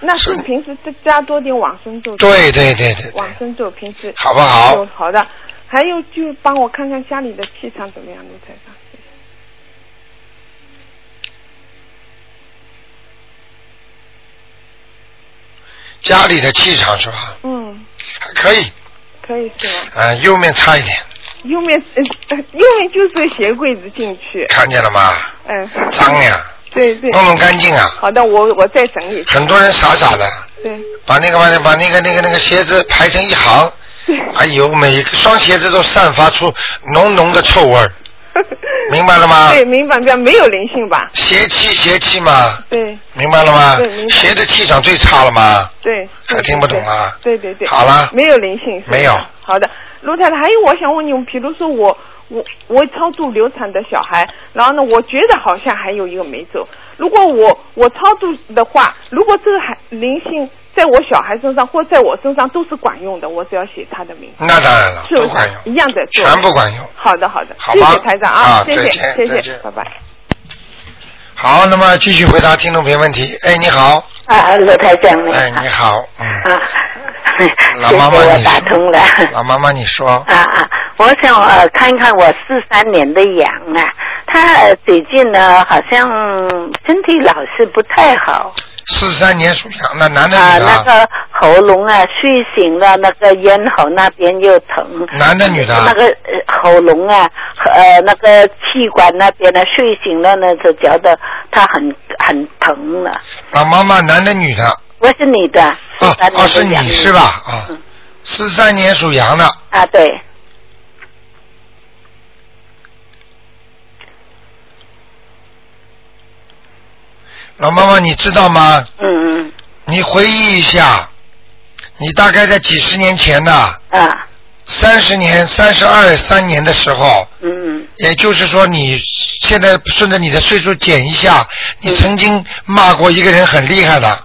那是平时再加多点往生咒。对对对对对往生咒平时好不好有好的，还有就帮我看看家里的气场怎么样，卢台长。家里的气场是吧？嗯，还可以，可以是吧？啊、右面差一点，右面呃右面就是鞋柜子进去。看见了吗？嗯。脏呀。对对。弄弄干净啊好的，我我再整理。很多人傻傻的，对。把那个把那把那个那个那个鞋子排成一 行，哎呦，每个双鞋子都散发出浓浓的臭味 儿，明白了吗？对，明白明白，没有灵性吧？邪气邪气嘛，对明白了吗对明？白邪的气场最差了吗？对。还听不懂啊？ 对对对。好了没有灵性。是吧没有好的，卢太太，还有我想问你，比如说我我我超度流产的小孩，然后呢，我觉得好像还有一个没走。如果我我超度的话，如果这个孩灵性在我小孩身上或在我身上都是管用的，我只要写他的名字。那当然了，是嗯不都是管用，一样的做？全部管用。好的好的，好谢吧谢台长啊谢再谢见谢再谢见，拜拜。好，那么继续回答听众朋友问题。哎，你好，啊，罗台长你好，哎，你好， 嗯，啊，老谢谢妈妈我你打通了。老妈妈你说，啊啊！我想呃看看我四三年的羊啊，它呃最近呢好像身体老是不太好四三年属羊，那男的啊，女的那啊？个喉咙啊睡醒了，那个咽喉那边又疼。男的女的啊那个呃喉咙啊，呃那个气管那边呢睡醒了呢，就觉得它很很疼了。老妈妈，男的女的？我是你的，哦43哦，是年的羊你是吧？？啊，四三年属羊的，嗯啊，对，老妈妈你知道吗？嗯嗯你回忆一下，你大概在几十年前呐，啊，三十年、三十二三年的时候，嗯嗯，也就是说，你现在顺着你的岁数减一下，你曾经骂过一个人很厉害的，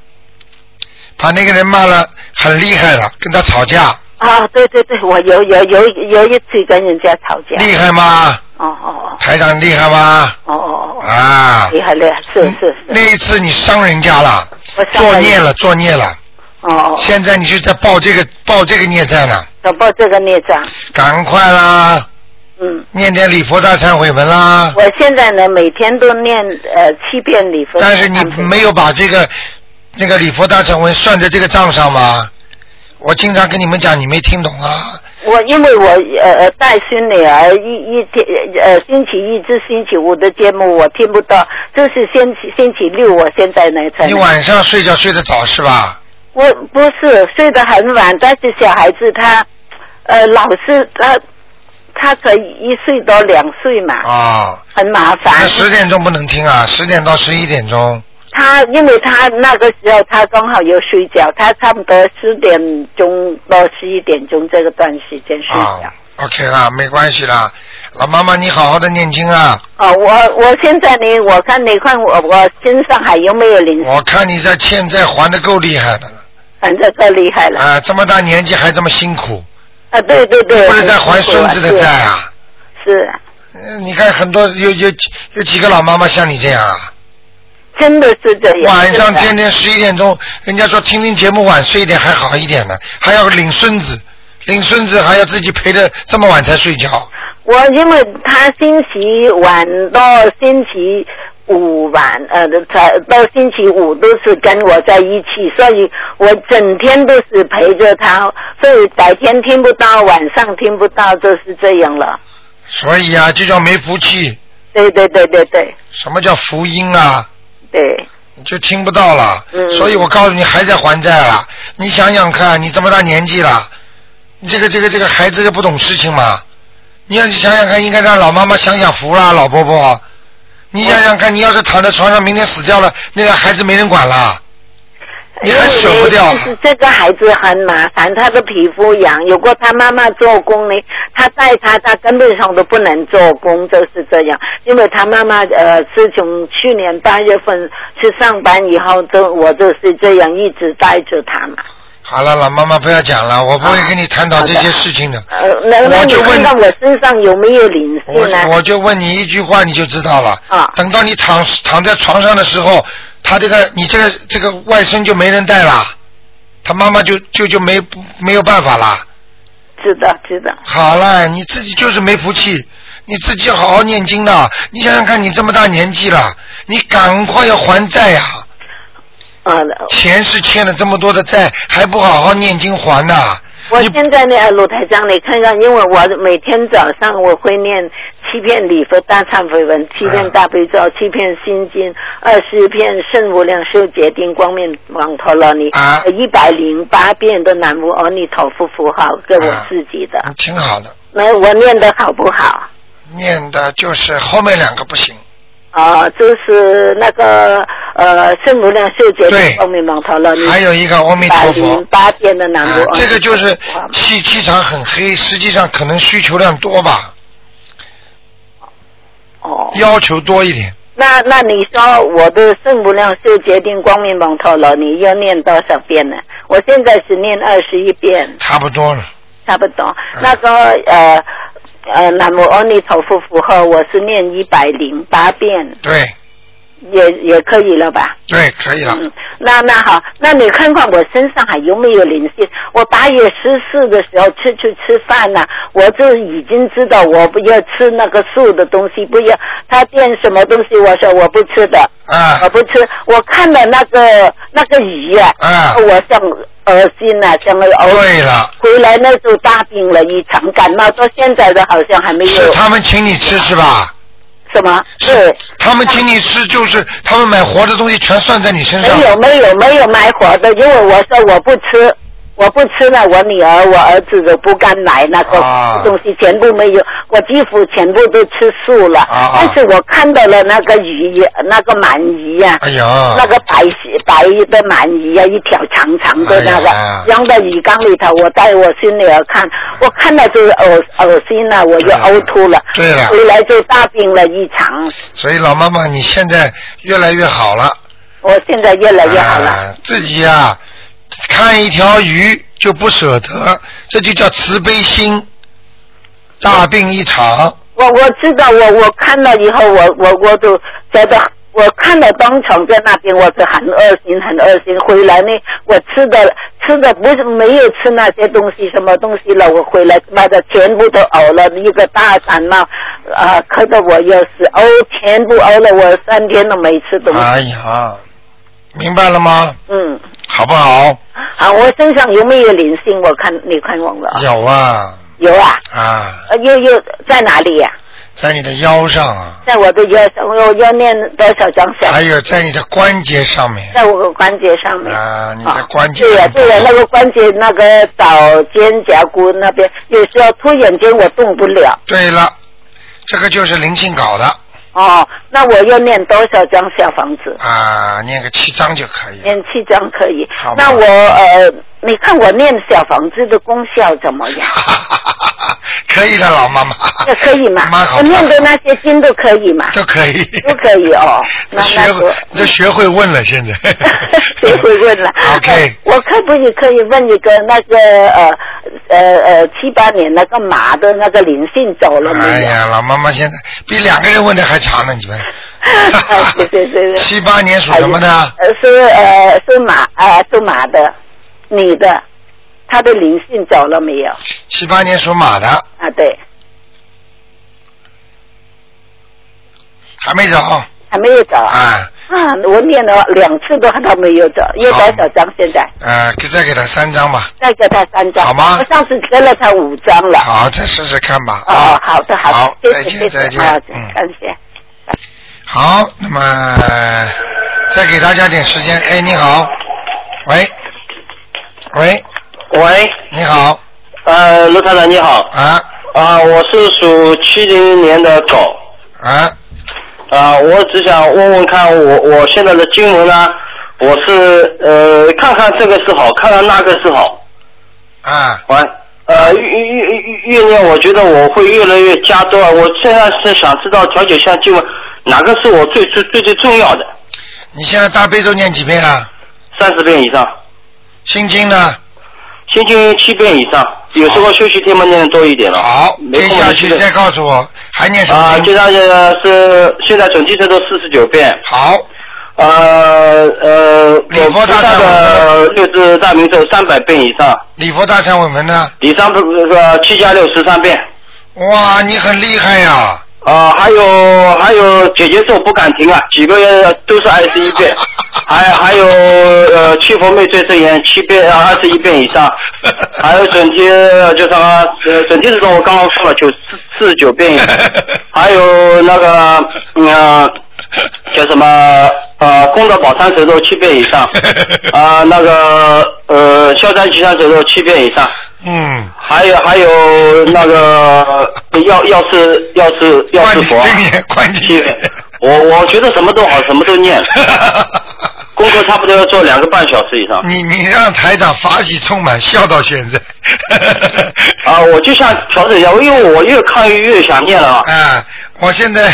把那个人骂了很厉害了，跟他吵架，啊，对对对，我有有有有一次跟人家吵架，厉害吗？哦哦台长厉害吗？哦哦哦，啊，厉害厉害，是是是，那一次你伤人家了，我上作个孽了，作孽了。哦哦，现在你就在报这个报这个孽债呢，要报这个孽障，赶快啦，嗯，念点礼佛大忏悔文啦。我现在呢每天都念呃七遍礼佛，但是你没有把这个那个礼佛大忏悔文算在这个账上吗？我经常跟你们讲，你没听懂啊。我因为我呃呃带孙女儿一一天呃星期一至星期五的节目我听不到，就是星期星期六我现在呢才你晚上睡觉睡得早是吧？我不是睡得很晚，但是小孩子他，呃，老是他，他才一岁到两岁嘛，啊，很麻那烦。十点钟不能听啊，十点到十一点钟。他因为他那个时候他刚好有睡觉，他差不多十点钟到十一点钟这个段时间睡觉。啊，OK 啦，没关系啦。老妈妈，你好好的念经啊！哦，我我现在呢，我看你看我我身上还有没有灵，我看你在欠债还的够厉害的了反正够厉害了。啊！这么大年纪还这么辛苦，啊，对对对。不是在还孙子的债啊！是？是，呃你看很多有有几有几个老妈妈像你这样啊，真的是这样。晚上真的啊天天十一点钟，人家说听听节目晚睡一点还好一点呢，还要领孙子，领孙子还要自己陪着这么晚才睡觉，我因为他星期晚到星期五晚，呃，才到星期五都是跟我在一起，所以我整天都是陪着他，所以白天听不到，晚上听不到，就是这样了。所以啊，就叫没福气。对对对对对什么叫福音啊？对，你就听不到了。嗯所以我告诉你，还在还债啊！你想想看，你这么大年纪了，你这个这个这个孩子就不懂事情嘛？你要你想想看，应该让老妈妈享享福啦，老伯伯。你想想看，你要是躺在床上，明天死掉了，那个孩子没人管了，你还舍不掉啊因为就是这个孩子很麻烦，他的皮肤痒，有过他妈妈做工呢，他带他，他根本上都不能做工，就是这样。因为他妈妈呃，自从去年八月份去上班以后，都我就是这样一直带着他嘛。好了，老妈妈不要讲了，我不会跟你探讨这些事情的。呃，那那我你就看问，看我身上有没有灵性啊呢？我我就问你一句话，你就知道了。啊。等到你躺躺在床上的时候，他这个你这个这个外孙就没人带了，他妈妈就就就没没有办法了。知道知道。好了，你自己就是没福气，你自己要好好念经的。你想想看，你这么大年纪了，你赶快要还债呀、啊。前世欠了这么多的债，还不好好念经还呐、我现在呢，鲁台长，你看看，因为我每天早上我会念七遍礼佛大忏悔文，七遍大悲哎咒，七遍心经，二十遍圣无量寿决定光明王陀罗尼，啊一百零八遍的南无阿弥陀佛符号给我啊自己的。挺好的，那我念的好不好？念的就是后面两个不行。啊，就是那个呃圣无量寿决定光明王陀罗尼，还有一个阿弥陀佛108遍的南无啊阿弥陀佛、这个就是气气场很黑，实际上可能需求量多吧。哦。要求多一点，那那你说我的圣无量寿决定光明蒙陀罗尼要念多少遍呢？我现在是念二十一遍，差不多了。差不多。那个呃呃南无阿弥陀佛符号，我是念一百零八遍，对也也可以了吧？对，可以了。嗯那那好，那你看看我身上还有没有灵性？我八月十四的时候出去吃饭呢、我就已经知道我不要吃那个素的东西，不要他店什么东西，我说我不吃的，啊，我不吃。我看了那个那个鱼啊，啊我想恶心了、啊，想了呕。对了。哦回来那就大病了一场，感冒到现在的好像还没有。是他们请你吃是吧？什么？是他们请你吃，就是他们买活的东西全算在你身上。没有没有没有买火的，因为我说我不吃，我不吃了，我女儿我儿子都不敢买那个啊东西，全部没有，我几乎全部都吃素了。啊但是我看到了那个鱼，那个鳗鱼呀、哎呦那个白白的鳗鱼呀、一条长长的那个，哎呀扔到鱼缸里头，我带我孙女儿看，我看到就恶恶心了，我就呕吐了，对了回来就大病了一场。所以老妈妈，你现在越来越好了。我哦现在越来越好了。啊、自己呀、啊，看一条鱼就不舍得，这就叫慈悲心。大病一场，我我知道，我我看了以后，我我我就觉得，我看了当场在那边，我是很恶心，很恶心。回来呢，我吃的吃的不是没有吃那些东西，什么东西了？我回来妈的全部都呕了，一个大感冒，啊、咳得我要死，呕全部呕了，我三天都没吃东西。哎呀，明白了吗？嗯，好不好？啊，我身上有没有灵性？我看你看我了，有啊有啊，啊，呃又又在哪里呀、在你的腰上啊，在我的腰上，我要念多少张小？还有在你的关节上面在我的关节上面。啊，你的关节对呀、对呀、那个关节那个找肩胛骨那边，有时候突然间我动不了。对了，这个就是灵性搞的哦，那我要念多少张小房子？啊，念个七章就可以。念七张可以哎好。吧那我呃，你看我念小房子的功效怎么 样？可以的，老妈妈，这可以吗？蛮好我蛮念好的那些经都可以吗？都可以。都可以哦。 那那学我会，你都学会问了，现在。谁会问了 呃 OK 我可不可以问一个那个呃呃呃七八年那个马的那个灵性走 了 没哎有？呀，老妈妈现在比两个人问的还长呢，你们。对对对对。七八年属什么呢？呃，是呃是马呃是马的，女的，她的灵性走了没有？七八年属马的，啊，对，还没找。还没有走。啊。啊，我念了两次都都没有走，有多少张现在？呃，给再给他三张吧。再给他三张。好吗我上次给了他五张了。好，再试试看吧。哦啊，好的，好的，再谢见谢，再谢见嗯谢，好，感谢。好，那么再给大家点时间。哎，你好，喂，喂，喂，你好，呃，卢台长你好。啊。啊、我是属七零年的狗。啊。啊、我只想问问看我，我现在的经文呢，我是呃，看看这个是好，看看那个是好。啊。喂。呃，越越越越念，我觉得我会越来越加多啊。我现在是想知道调解一下经文，哪个是我最最最最重要的？你现在大悲咒念几遍啊？三十遍以上。心经呢？心经七遍以上，有时候休息天嘛念的多一点了。好，没接空下了去现在再告诉我还念什么啊，经接下去是现在总计是都四十九遍。好。呃呃，我佛大的六字大明咒三百遍以上，礼佛大忏悔文呢？以上不是呃七加六十三遍。哇，你很厉害呀、啊，还有还有姐姐咒不敢停啊，几个月都是二十一 遍，还还有呃七佛灭罪真言七遍啊二十一遍以 上，还有准提呃就是啊呃准提是说我刚刚说了九四四十 九遍以上，还有那个嗯、呃叫什么呃功德宝山神咒七遍以 上，啊、那个呃消灾吉祥神咒七遍以上。嗯，还有还有那个呃药药师药师药师佛啊，七遍我我觉得什么都好，什么都念，工作差不多要做两个半小时以上。你你让台长法喜充满，笑到现在。 啊，我就想调整一下，因为我越看越想念了啊。啊，我现在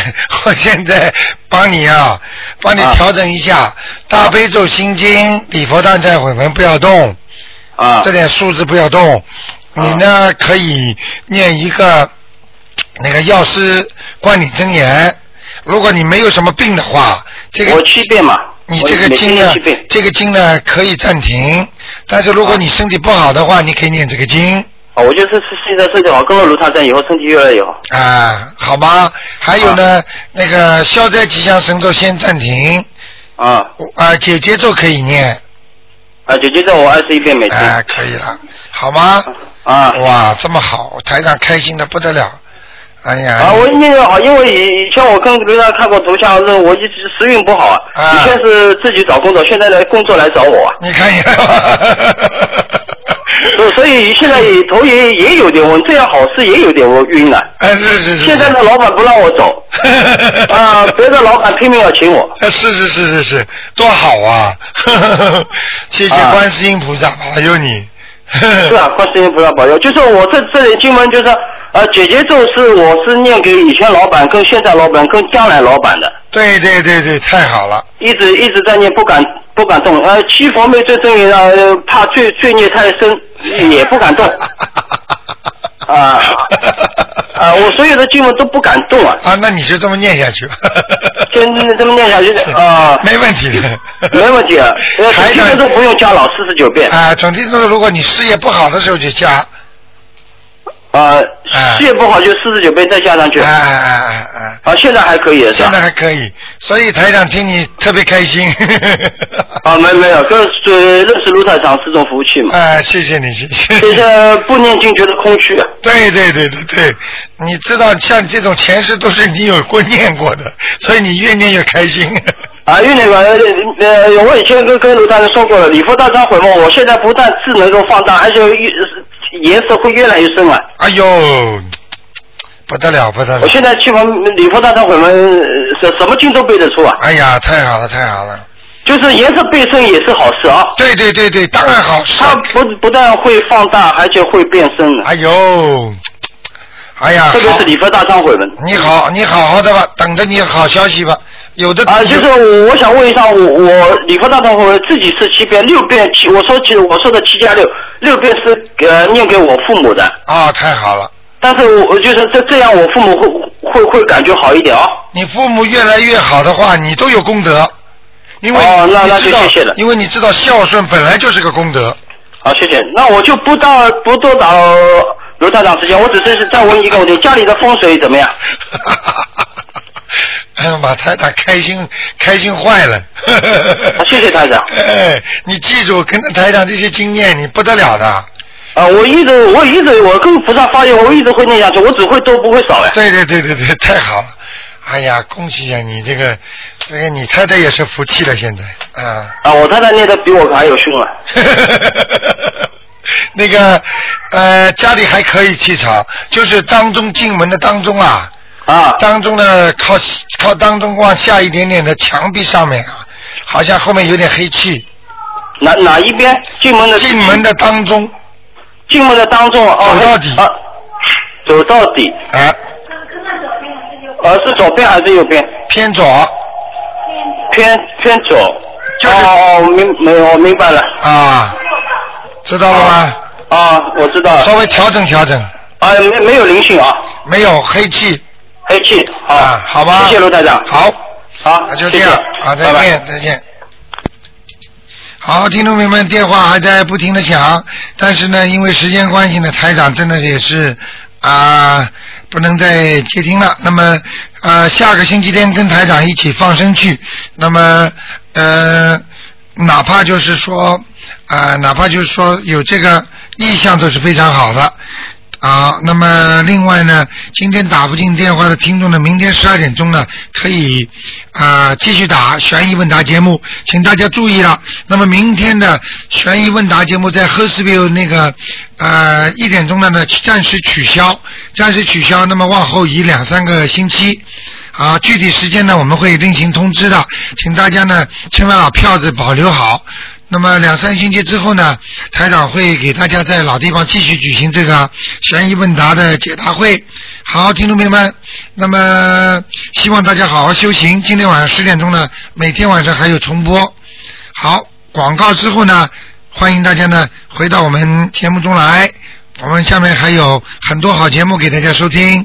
我现在帮你啊，帮你调整一下，大悲咒心经、礼佛大忏悔文不要动，啊，这点数字不要动，你呢可以念一个那个药师观顶真言。如果你没有什么病的话，这个我七遍嘛你我这个每经天呢七遍，这个经呢可以暂停，但是如果你身体不好的话，你可以念这个经。啊，我就是现在身体好，跟了卢台长以后身体越来越好。啊，好吗？还有呢，那个消灾吉祥神咒先暂停。啊。啊，姐姐咒可以念，啊，姐姐在我二十一遍每天。啊，可以了，好吗？啊。哇，这么好，台长开心的不得了。哎呀。啊，我念得好，因为以以前我跟刘娜看过头像，是我一直时运不好啊。以前是自己找工作，现在来工作来找我啊。 你看一看。 所所以现在也头也也有点晕，这样好事也有点晕了。哎，是是是。现在的老板不让我 走，啊，别的老板拼命要请我。哎是是是是是，多好啊！谢谢啊观世音菩萨保佑你。 是啊，观世音菩萨保佑。就是我这这里经文就是，呃，姐姐咒是我是念给以前老板、跟现在老板、跟将来老板的，对对对对，太好了。一直一直在念，不敢不敢动。呃，七佛灭罪真言啊，呃怕罪罪孽太深，也不敢动。啊啊，我所有的经文都不敢动啊。啊，那你就这么念下去吧。 真的这么念下去啊，没问题的，没问 题啊。呃，台经长文都不用加老四十九遍。啊，总体说，如果你事业不好的时候就加，啊，事业不好就四十九遍再加上去。哎哎哎哎啊，现在还可以是吧？现在还可以，所以台长听你特别开心。 啊，没没有，跟呃认识卢台长是种福气嘛。哎，谢谢你，谢谢。现在不念经觉得空虚啊。对对对对对，你知道像这种前世都是你有过念过的，所以你越念越开心。啊，因为那个呃，呃我以前跟跟卢台长说过了，礼佛大忏悔嘛，我现在不但字能够放大，而且越颜色会越来越深啊。哎呦，不得了不得了我！现在去我们礼佛大忏悔嘛，呃什什么经都背得出啊。哎呀，太好了太好了。就是颜色背身也是好事啊。对对对对，当然好事。它不不但会放大，而且会变身的。哎呦，哎呀，特别好是礼佛大忏悔文。你好，你好好的吧，等着你好消息吧。有的啊，就是我我想问一下，我我礼佛大忏悔文自己是七遍，六遍七，我说七，我说的七加六，六遍是呃念给我父母的，啊，太好了，但是我我就是这这样，我父母会会会感觉好一点哦。你父母越来越好的话，你都有功德，因为哦那你那就知道谢谢了因为你知道孝顺本来就是个功德。好，谢谢。 那我就不到不多打刘台长时间，我只是再问一个问题，家里的风水怎么样？嗯，把台长开心开心坏了。谢谢台长。 哎，你记住，跟着台长这些经验，你不得了的。啊，我一直我一直我跟菩萨发愿，我一直会念下去，我只会多不会少哎。对对对对对，太好了！哎呀，恭喜呀、你这个，这个你太太也是福气了，现在啊。啊，我太太念的比我还有凶啊。 那个呃，家里还可以气场，就是当中进门的当中啊，啊，当中呢靠靠当中往下一点点的墙壁上面啊，好像后面有点黑气。哪哪一边？进门的进门的当中。进门的当中哦。走到底。啊，走到底。啊。呃，是左边还是右边？偏左。偏偏左。就是、哦哦，明没我明白了。啊，知道了吗？啊，我知道了。稍微调整调整。啊，没没有灵性啊。没有黑气。黑气，好，啊好吧。谢谢卢台长。好，好，那就这样谢谢好，再拜见，拜再见。好，听众朋友们，电话还在不停的响，但是呢，因为时间关系呢，台长真的也是啊、不能再接听了。那么呃，下个星期天跟台长一起放生去，那么呃，哪怕就是说啊、哪怕就是说有这个意向都是非常好的。好，那么另外呢，今天打不进电话的听众呢，明天十二点钟呢，可以啊、继续打悬疑问答节目，请大家注意了。那么明天的悬疑问答节目在 h e r s v i l l 那个呃一点钟的呢暂时取消，暂时取消，那么往后移两三个星期。啊，具体时间呢我们会另行通知的，请大家呢千万把票子保留好。那么两三星期之后呢，台长会给大家在老地方继续举行这个悬疑问答的解答会。好，听众朋友们，那么希望大家好好修行。今天晚上十点钟呢，每天晚上还有重播。好，广告之后呢，欢迎大家呢回到我们节目中来，我们下面还有很多好节目给大家收听。